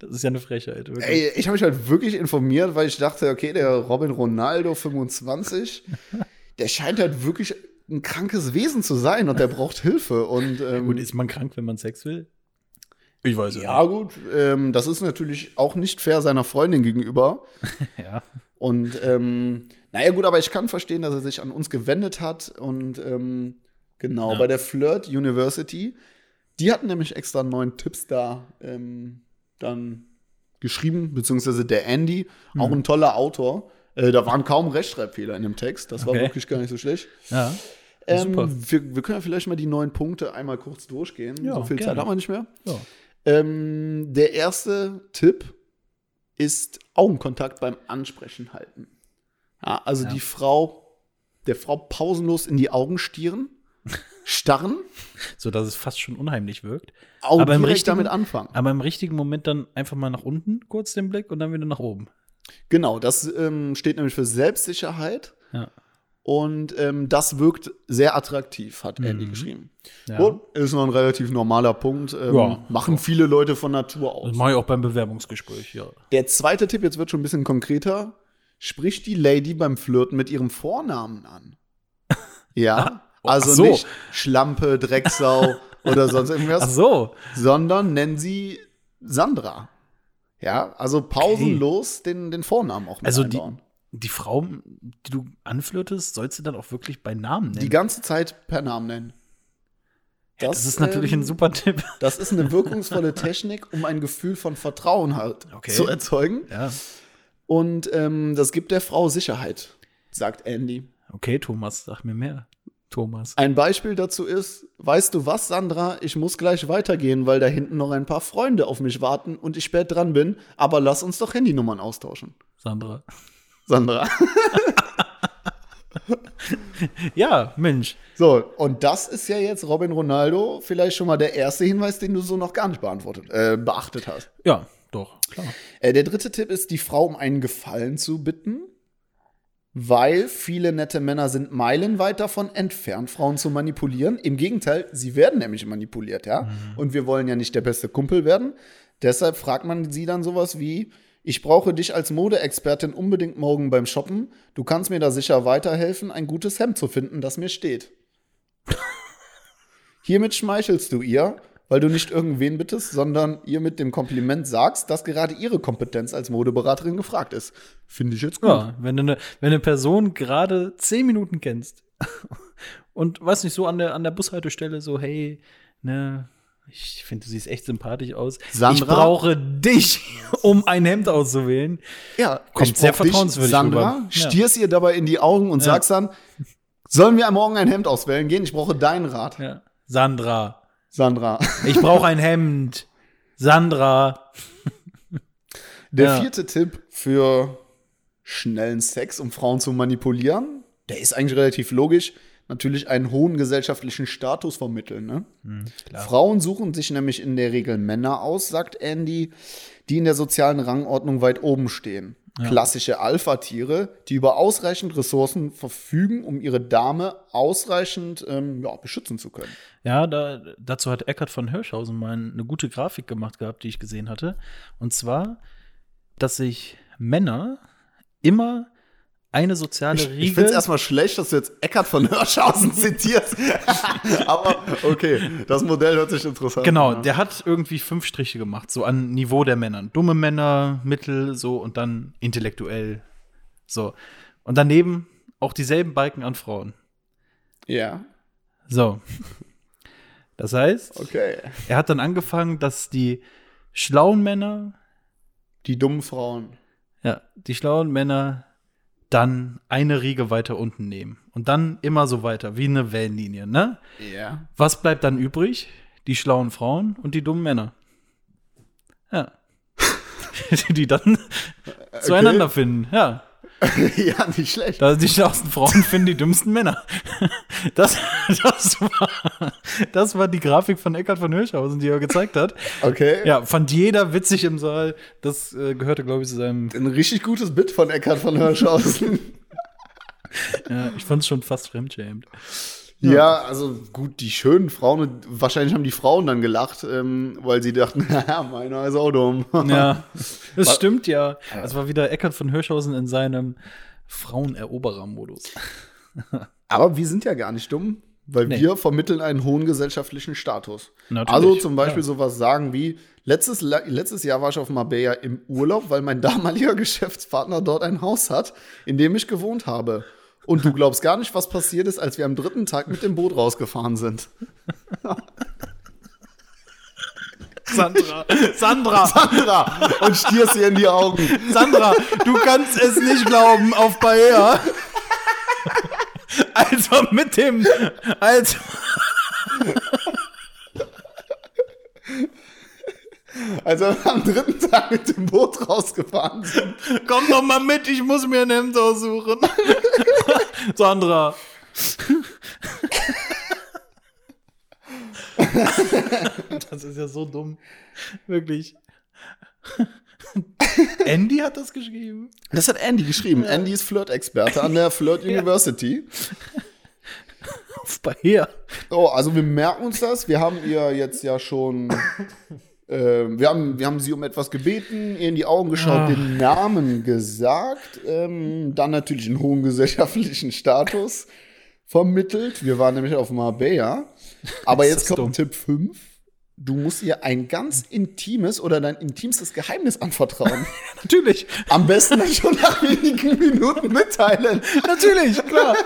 S2: das ist ja eine Frechheit. Wirklich.
S3: Ey, ich habe mich halt wirklich informiert, weil ich dachte, okay, der Robin Ronaldo 25, der scheint halt wirklich ein krankes Wesen zu sein und der braucht Hilfe. Und ähm,
S2: Gut, ist man krank, wenn man Sex will? Ich weiß
S3: ja, gut, ähm, das ist natürlich auch nicht fair seiner Freundin gegenüber.
S2: Ja.
S3: Und ähm, naja, gut, aber ich kann verstehen, dass er sich an uns gewendet hat. Und ähm, genau, bei der Flirt University, die hatten nämlich extra neun Tipps da ähm, dann geschrieben, beziehungsweise der Andy, auch
S2: Mhm.
S3: ein toller Autor. Äh, da waren kaum Rechtschreibfehler in dem Text. Das war
S2: Okay.
S3: wirklich gar nicht so schlecht.
S2: ja.
S3: Ähm,
S2: Super.
S3: wir, wir können ja vielleicht mal die neun Punkte einmal kurz durchgehen.
S2: Ja,
S3: so viel Zeit
S2: gerne.
S3: haben wir nicht mehr.
S2: Ja.
S3: Ähm, der erste Tipp ist Augenkontakt beim Ansprechen halten. Ja, also
S2: Ja.
S3: die Frau, der Frau pausenlos in die Augen stieren, starren,
S2: So dass es fast schon unheimlich wirkt.
S3: auch
S2: Aber im
S3: direkt
S2: richtigen-
S3: damit anfangen.
S2: Aber im richtigen Moment dann einfach mal nach unten kurz den Blick und dann wieder nach oben.
S3: Genau, das ähm, steht nämlich für Selbstsicherheit
S2: Ja.
S3: und ähm, das wirkt sehr attraktiv, hat Andy
S2: Mhm.
S3: geschrieben.
S2: ja.
S3: Gut, ist noch ein relativ normaler Punkt. Ähm,
S2: Ja.
S3: Machen viele Leute von Natur
S2: Das
S3: aus.
S2: mache ich auch beim Bewerbungsgespräch, ja.
S3: Der zweite Tipp, jetzt wird schon ein bisschen konkreter. Sprich die Lady beim Flirten mit ihrem Vornamen an. Ja,
S2: oh,
S3: also
S2: ach so.
S3: nicht Schlampe, Drecksau oder sonst irgendwas,
S2: Ach so.
S3: sondern nennen sie Sandra. Ja, also pausenlos den, den Vornamen auch mit
S2: Also die,
S3: einbauen.
S2: die Frau, die du anflirtest, sollst du dann auch wirklich bei Namen nennen.
S3: Die ganze Zeit per Namen nennen.
S2: Ja, das, ist natürlich
S3: ähm,
S2: ein super Tipp.
S3: Das ist eine wirkungsvolle Technik, um ein Gefühl von Vertrauen halt
S2: Okay.
S3: zu erzeugen.
S2: Ja.
S3: Und ähm, das gibt der Frau Sicherheit, sagt Andy.
S2: Okay, Thomas, sag mir mehr. Thomas.
S3: Ein Beispiel dazu ist, weißt du was, Sandra, ich muss gleich weitergehen, weil da hinten noch ein paar Freunde auf mich warten und ich spät dran bin, aber lass uns doch Handynummern austauschen.
S2: Sandra.
S3: Sandra.
S2: Ja, Mensch.
S3: So, und das ist ja jetzt Robin Ronaldo vielleicht schon mal der erste Hinweis, den du so noch gar nicht beantwortet, äh, beachtet hast.
S2: Ja, doch, klar.
S3: Äh, der dritte Tipp ist, die Frau um einen Gefallen zu bitten. Weil viele nette Männer sind meilenweit davon entfernt, Frauen zu manipulieren. Im Gegenteil, sie werden nämlich manipuliert, ja. Und wir wollen ja nicht der beste Kumpel werden. Deshalb fragt man sie dann sowas wie: Ich brauche dich als Modeexpertin unbedingt morgen beim Shoppen. Du kannst mir da sicher weiterhelfen, ein gutes Hemd zu finden, das mir steht. Hiermit schmeichelst du ihr, weil du nicht irgendwen bittest, sondern ihr mit dem Kompliment sagst, dass gerade ihre Kompetenz als Modeberaterin gefragt ist. Finde ich jetzt gut.
S2: Ja, wenn du eine, wenn eine Person gerade zehn Minuten kennst und weiß nicht, so an der, an der Bushaltestelle so, hey, ne, ich finde, du siehst echt sympathisch aus.
S3: Sandra?
S2: Ich brauche dich, um ein Hemd auszuwählen.
S3: Ja,
S2: Kommt
S3: ich
S2: sehr
S3: brauch dich,
S2: vertrauenswürdig
S3: Sandra,
S2: rüber. Ja.
S3: stierst ihr dabei in die Augen und sagst dann, sollen wir morgen ein Hemd auswählen gehen? Ich brauche deinen Rat,
S2: Ja. Sandra,
S3: Sandra.
S2: ich brauche ein Hemd. Sandra.
S3: Der
S2: Ja.
S3: vierte Tipp für schnellen Sex, um Frauen zu manipulieren, der ist eigentlich relativ logisch. Natürlich einen hohen gesellschaftlichen Status vermitteln. Ne? Frauen suchen sich nämlich in der Regel Männer aus, sagt Andy, die in der sozialen Rangordnung weit oben stehen. Klassische Alpha-Tiere, die über ausreichend Ressourcen verfügen, um ihre Dame ausreichend ähm, ja, beschützen zu können.
S2: Ja, da, dazu hat Eckart von Hirschhausen mal eine gute Grafik gemacht gehabt, die ich gesehen hatte. Und zwar, dass sich Männer immer eine soziale
S3: Ich, ich
S2: Riege.
S3: finde es erstmal schlecht, dass du jetzt Eckart von Hirschhausen zitierst. Aber okay, das Modell hört sich interessant
S2: genau,
S3: an. ne?
S2: der hat irgendwie fünf Striche gemacht, so an Niveau der Männern. Dumme Männer, Mittel, so und dann intellektuell. So. Und daneben auch dieselben Balken an Frauen.
S3: Ja,
S2: So. Das heißt,
S3: okay.
S2: er hat dann angefangen, dass die schlauen Männer
S3: Die dummen Frauen.
S2: Ja, die schlauen Männer dann eine Riege weiter unten nehmen. Und dann immer so weiter, wie eine Wellenlinie, ne?
S3: Ja.
S2: Was bleibt dann übrig? Die schlauen Frauen und die dummen Männer. Ja. die dann zueinander finden, ja.
S3: ja, nicht schlecht.
S2: Da die schlauesten Frauen finden die dümmsten Männer. Das, das, war, das war die Grafik von Eckhard von Hirschhausen, die er gezeigt hat.
S3: Okay.
S2: Ja, fand jeder witzig im Saal. Das äh, gehörte, glaube ich, zu seinem
S3: Ein richtig gutes Bit von Eckart von Hirschhausen.
S2: Ja, ich fand's schon fast fremdschämend.
S3: ja. also gut, die schönen Frauen, wahrscheinlich haben die Frauen dann gelacht, ähm, weil sie dachten, haha, meiner ist auch dumm.
S2: Ja, das stimmt ja. Es war wieder Eckart von Hirschhausen in seinem Fraueneroberer-Modus.
S3: Aber wir sind ja gar nicht dumm, weil
S2: Nee.
S3: wir vermitteln einen hohen gesellschaftlichen Status.
S2: Natürlich,
S3: Also zum Beispiel
S2: ja.
S3: sowas sagen wie, letztes, La- letztes Jahr war ich auf Marbella im Urlaub, weil mein damaliger Geschäftspartner dort ein Haus hat, in dem ich gewohnt habe. Und du glaubst gar nicht, was passiert ist, als wir am dritten Tag mit dem Boot rausgefahren sind.
S2: Sandra, Sandra,
S3: Sandra, und stierst ihr in die Augen.
S2: Sandra, du kannst es nicht glauben auf Bayer. Also mit dem, also
S3: Als Also wir am dritten Tag mit dem Boot rausgefahren sind.
S2: komm doch mal mit, ich muss mir ein Hemd aussuchen. Sandra, das ist ja so dumm, wirklich. Andy hat das geschrieben.
S3: Das hat Andy geschrieben. Andy ist Flirt-Experte an der Flirt University.
S2: Auf Bayer.
S3: Oh, also wir merken uns das. Wir haben ihr jetzt ja schon. ähm, wir, haben, wir haben sie um etwas gebeten, ihr in die Augen geschaut, den Namen gesagt. Ähm, dann natürlich einen hohen gesellschaftlichen Status vermittelt. Wir waren nämlich auf Marbella. Aber jetzt kommt Tipp 5. Du musst ihr ein ganz intimes oder dein intimstes Geheimnis anvertrauen.
S2: Natürlich,
S3: Am besten dann schon nach wenigen Minuten mitteilen.
S2: natürlich, klar.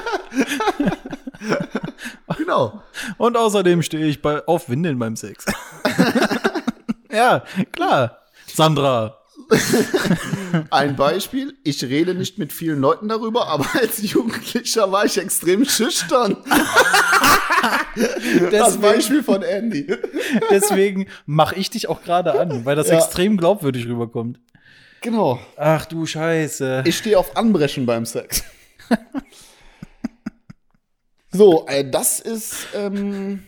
S3: Genau.
S2: Und außerdem stehe ich bei, auf Windeln beim Sex. ja, klar. Sandra.
S3: Ein Beispiel, ich rede nicht mit vielen Leuten darüber, aber als Jugendlicher war ich extrem schüchtern. Das Beispiel von Andy.
S2: Deswegen mache ich dich auch gerade an, weil das
S3: Ja.
S2: extrem glaubwürdig rüberkommt.
S3: Genau.
S2: Ach du Scheiße.
S3: Ich stehe auf Anbrechen beim Sex. So, äh, das ist ähm,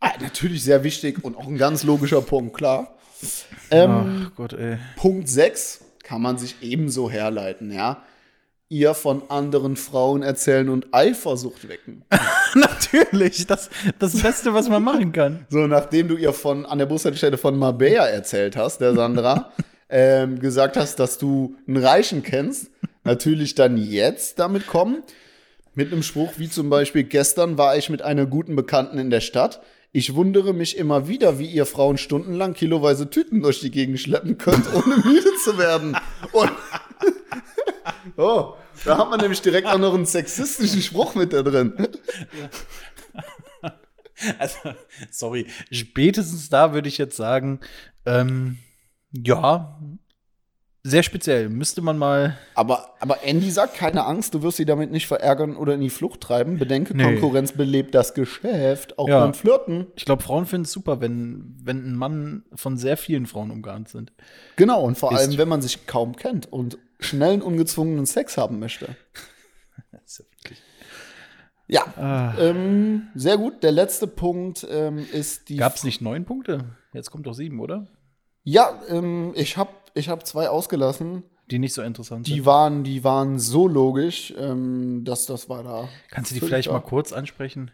S3: ah, natürlich sehr wichtig und auch ein ganz logischer Punkt, klar. Ähm,
S2: Ach Gott, ey.
S3: Punkt 6 kann man sich ebenso herleiten, ja. ihr von anderen Frauen erzählen und Eifersucht wecken.
S2: Natürlich, das, das Beste, was man machen kann.
S3: So, nachdem du ihr von, an der Bushaltestelle von Marbella erzählt hast, der Sandra, ähm, gesagt hast, dass du einen Reichen kennst, natürlich dann jetzt damit kommen. Mit einem Spruch wie zum Beispiel, gestern war ich mit einer guten Bekannten in der Stadt. Ich wundere mich immer wieder, wie ihr Frauen stundenlang kiloweise Tüten durch die Gegend schleppen könnt, ohne müde zu werden. Und oh, da hat man nämlich direkt auch noch einen sexistischen Spruch mit da drin.
S2: Also, sorry, spätestens da würde ich jetzt sagen, ähm, ja, sehr speziell. Müsste man mal.
S3: Aber, aber Andy sagt, keine Angst, du wirst sie damit nicht verärgern oder in die Flucht treiben. Bedenke,
S2: Nee.
S3: Konkurrenz belebt das Geschäft, auch
S2: Ja.
S3: beim Flirten.
S2: Ich glaube, Frauen finden es super, wenn, wenn ein Mann von sehr vielen Frauen umgarnt sind.
S3: Genau, und vor
S2: Ist-
S3: allem, wenn man sich kaum kennt und schnellen, ungezwungenen Sex haben möchte. Ja,
S2: Ah.
S3: ähm, sehr gut. Der letzte Punkt ähm, ist die.
S2: Gab es Äh, nicht neun Punkte? Jetzt kommt doch sieben, oder?
S3: Ja, ähm, ich habe ich hab zwei ausgelassen.
S2: Die nicht so interessant sind.
S3: Die waren, die waren so logisch, ähm, dass das war da.
S2: Kannst du die
S3: völlig
S2: vielleicht
S3: klar.
S2: mal kurz ansprechen?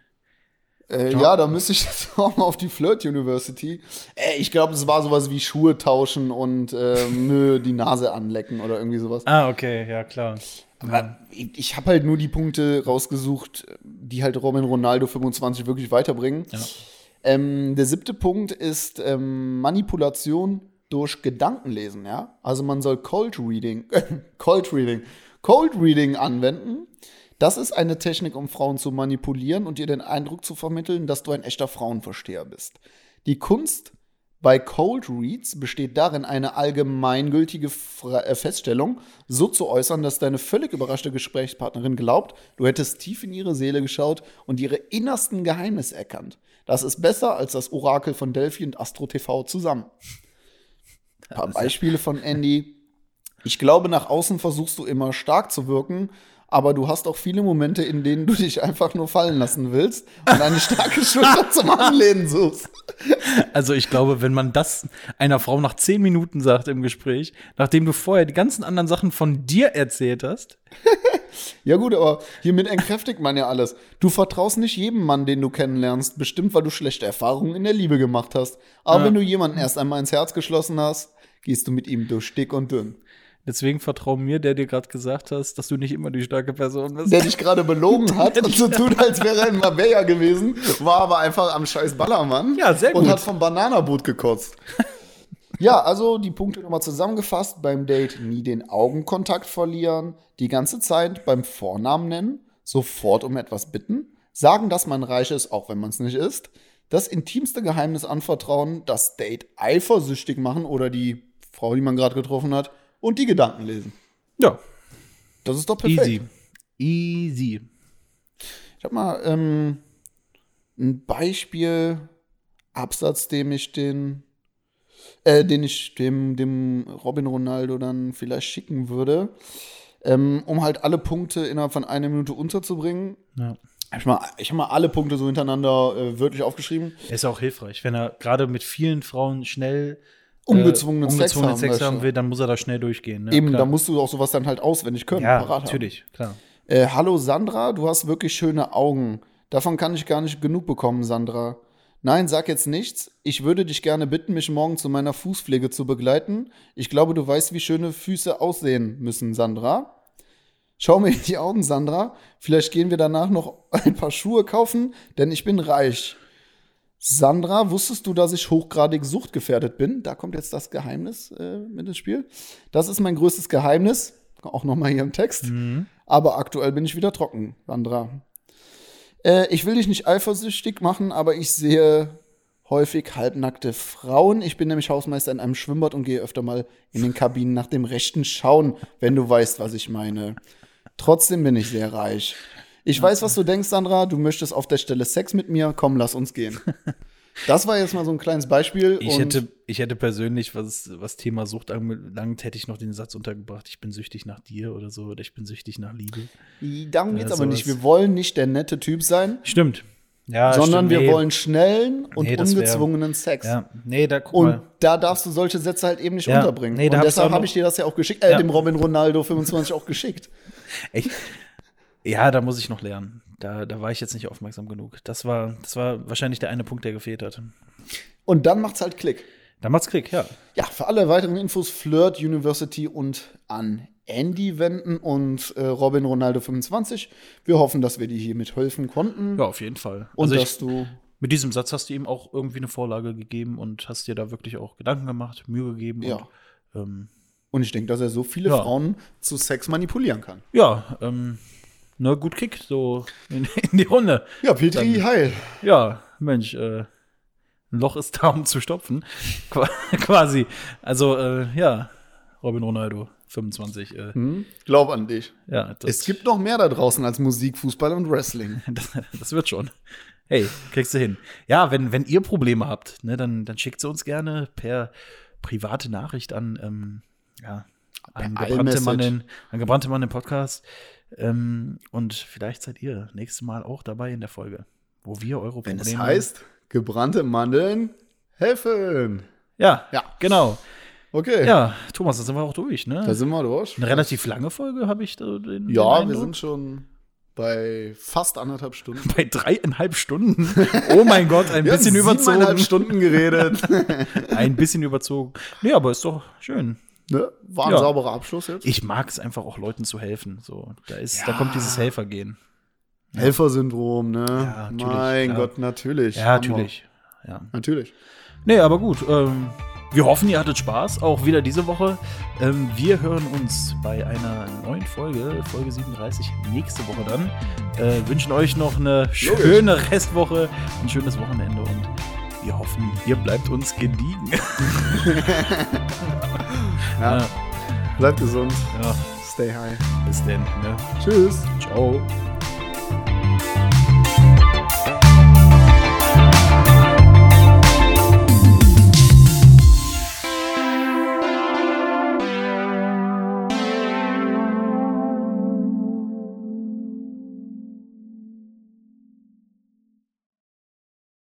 S3: Äh,
S2: Ja.
S3: ja, da müsste ich jetzt auch mal auf die Flirt University. Äh, ich glaube, es war sowas wie Schuhe tauschen und äh, Müll die Nase anlecken oder irgendwie sowas.
S2: Ah, okay, ja, klar.
S3: Aber ich ich habe halt nur die Punkte rausgesucht, die halt Robin Ronaldo 25 wirklich weiterbringen.
S2: Ja.
S3: Ähm, der siebte Punkt ist ähm, Manipulation durch Gedankenlesen, ja. Also man soll Cold Reading, Cold Reading, Cold Reading anwenden. Das ist eine Technik, um Frauen zu manipulieren und ihr den Eindruck zu vermitteln, dass du ein echter Frauenversteher bist. Die Kunst bei Cold Reads besteht darin, eine allgemeingültige Fra äh, Feststellung so zu äußern, dass deine völlig überraschte Gesprächspartnerin glaubt, du hättest tief in ihre Seele geschaut und ihre innersten Geheimnisse erkannt. Das ist besser als das Orakel von Delphi und Astro TV zusammen. Ein paar Beispiele von Andy. Ich glaube, nach außen versuchst du immer stark zu wirken, aber du hast auch viele Momente, in denen du dich einfach nur fallen lassen willst und eine starke Schulter zum Anlehnen suchst.
S2: Also ich glaube, wenn man das einer Frau nach zehn Minuten sagt im Gespräch, nachdem du vorher die ganzen anderen Sachen von dir erzählt hast,
S3: Ja gut, aber hiermit entkräftigt man ja alles. Du vertraust nicht jedem Mann, den du kennenlernst, bestimmt weil du schlechte Erfahrungen in der Liebe gemacht hast. Aber wenn du jemanden erst einmal ins Herz geschlossen hast, gehst du mit ihm durch dick und dünn.
S2: deswegen vertrau mir, der dir gerade gesagt hast, dass du nicht immer die starke Person bist.
S3: Der dich gerade belogen hat und so tut, als wäre er in Marbella gewesen, war aber einfach am scheiß Ballermann.
S2: Ja, sehr
S3: Und
S2: gut.
S3: hat vom Bananaboot gekotzt. Ja, also die Punkte nochmal zusammengefasst. Beim Date nie den Augenkontakt verlieren, die ganze Zeit beim Vornamen nennen, sofort um etwas bitten, sagen, dass man reich ist, auch wenn man es nicht ist, das intimste Geheimnis anvertrauen, das Date eifersüchtig machen oder die Frau, die man gerade getroffen hat, und die Gedanken lesen.
S2: ja,
S3: Das ist doch perfekt.
S2: easy. Easy.
S3: Ich habe mal ähm, ein Beispiel, Absatz, dem ich den, äh, den ich dem, dem Robin Ronaldo dann vielleicht schicken würde, ähm, um halt alle Punkte innerhalb von einer Minute unterzubringen.
S2: Ja.
S3: Hab Ich habe mal, ich hab mal alle Punkte so hintereinander äh, wörtlich aufgeschrieben.
S2: Ist auch hilfreich, wenn er gerade mit vielen Frauen schnell
S3: Ungezwungenen
S2: äh,
S3: Sex
S2: ungezwungenen
S3: haben
S2: Sex,
S3: möchte.
S2: haben will, dann muss er da schnell durchgehen. Ne?
S3: Eben,
S2: Klar.
S3: da musst du auch sowas dann halt auswendig können.
S2: ja,
S3: parat haben.
S2: natürlich, klar.
S3: Äh, hallo Sandra, du hast wirklich schöne Augen. Davon kann ich gar nicht genug bekommen, Sandra. Nein, sag jetzt nichts. Ich würde dich gerne bitten, mich morgen zu meiner Fußpflege zu begleiten. Ich glaube, du weißt, wie schöne Füße aussehen müssen, Sandra. Schau mir in die Augen, Sandra. Vielleicht gehen wir danach noch ein paar Schuhe kaufen, denn ich bin reich. Sandra, wusstest du, dass ich hochgradig suchtgefährdet bin? Da kommt jetzt das Geheimnis äh, mit ins Spiel. Das ist mein größtes Geheimnis. Auch nochmal hier im Text. Aber aktuell bin ich wieder trocken, Sandra. Äh, ich will dich nicht eifersüchtig machen, aber ich sehe häufig halbnackte Frauen. Ich bin nämlich Hausmeister in einem Schwimmbad und gehe öfter mal in den Kabinen nach dem Rechten schauen, wenn du weißt, was ich meine. Trotzdem bin ich sehr reich. Ich weiß, was du denkst, Sandra. Du möchtest auf der Stelle Sex mit mir. Komm, lass uns gehen. Das war jetzt mal so ein kleines Beispiel.
S2: Ich
S3: und-
S2: hätte, ich hätte persönlich, was, was Thema Sucht anbelangt, hätte ich noch den Satz untergebracht, ich bin süchtig nach dir oder so, oder ich bin süchtig nach Liebe.
S3: Darum geht's
S2: Ja,
S3: aber
S2: sowas.
S3: nicht. Wir wollen nicht der nette Typ sein.
S2: Stimmt. Ja,
S3: sondern
S2: stimmt,
S3: wir
S2: nee.
S3: wollen schnellen und
S2: Nee, das wär-
S3: ungezwungenen Sex.
S2: Ja, nee, da guck
S3: Und
S2: mal.
S3: da darfst du solche Sätze halt eben nicht
S2: Ja,
S3: unterbringen.
S2: nee, da
S3: und
S2: hab's auch
S3: deshalb
S2: noch-
S3: habe ich dir das ja auch geschickt, äh,
S2: Ja.
S3: dem Robin Ronaldo 25 auch geschickt.
S2: Ich, ja, da muss ich noch lernen. Da, da war ich jetzt nicht aufmerksam genug. Das war, das war wahrscheinlich der eine Punkt, der gefehlt hat.
S3: Und dann macht's halt Klick.
S2: Dann macht's Klick, ja.
S3: Ja, für alle weiteren Infos Flirt University und an Andy wenden und äh, Robin Ronaldo 25. Wir hoffen, dass wir dir hier mithelfen konnten
S2: Ja, auf jeden Fall.
S3: und
S2: also
S3: dass
S2: ich,
S3: du
S2: mit diesem Satz hast du ihm auch irgendwie eine Vorlage gegeben und hast dir da wirklich auch Gedanken gemacht, Mühe gegeben.
S3: Ja.
S2: Und, ähm,
S3: und ich denke, dass er so viele
S2: Ja.
S3: Frauen zu Sex manipulieren kann.
S2: ja, ähm, na, gut Kick, so in, in die Runde.
S3: Ja, Petri, heil.
S2: Ja, Mensch, äh, ein Loch ist da, um zu stopfen. Qua quasi. Also, äh, ja, Robin Ronaldo, 25. Äh,
S3: Hm? Glaub an dich.
S2: Ja, das,
S3: Es gibt noch mehr da draußen als Musik, Fußball und Wrestling.
S2: das, das wird schon. Hey, kriegst du hin. Ja, wenn, wenn ihr Probleme habt, ne, dann, dann schickt sie uns gerne per private Nachricht an, ähm, ja, an
S3: Per
S2: gebrannte
S3: iMessage.
S2: Mann den, an gebrannte Mann den Podcast. Ähm, und vielleicht seid ihr nächstes Mal auch dabei in der Folge, wo wir eure
S3: Wenn
S2: Probleme
S3: es heißt, gebrannte Mandeln helfen.
S2: Ja,
S3: Ja.
S2: genau.
S3: Okay,
S2: Ja, Thomas, da sind wir auch durch, ne?
S3: da sind wir durch.
S2: Eine relativ lange Folge habe ich da den. den
S3: Ja, wir
S2: Eindruck.
S3: sind schon bei fast anderthalb Stunden.
S2: bei dreieinhalb Stunden. Oh mein Gott, ein bisschen
S3: wir haben
S2: überzogen.
S3: siebeneinhalb Stunden geredet.
S2: Ein bisschen überzogen. Nee, aber ist doch schön.
S3: Ne? War ein
S2: Ja.
S3: sauberer Abschluss jetzt.
S2: Ich mag es einfach auch Leuten zu helfen. So, da ist, da kommt dieses Helfergehen.
S3: Helfersyndrom, ne?
S2: natürlich,
S3: mein
S2: klar.
S3: Gott, natürlich.
S2: Ja,
S3: Haben wir.
S2: natürlich. Ja.
S3: Natürlich.
S2: Nee, aber gut. Ähm, wir hoffen, ihr hattet Spaß, auch wieder diese Woche. Ähm, wir hören uns bei einer neuen Folge, Folge 37, nächste Woche dann. Äh, wünschen euch noch eine schöne Restwoche, ein schönes Wochenende und wir hoffen, ihr bleibt uns gediegen.
S3: Ja.
S2: Ja.
S3: Bleibt gesund.
S2: Ja,
S3: Stay high.
S2: bis denn. Ne?
S3: Tschüss.
S2: Ciao.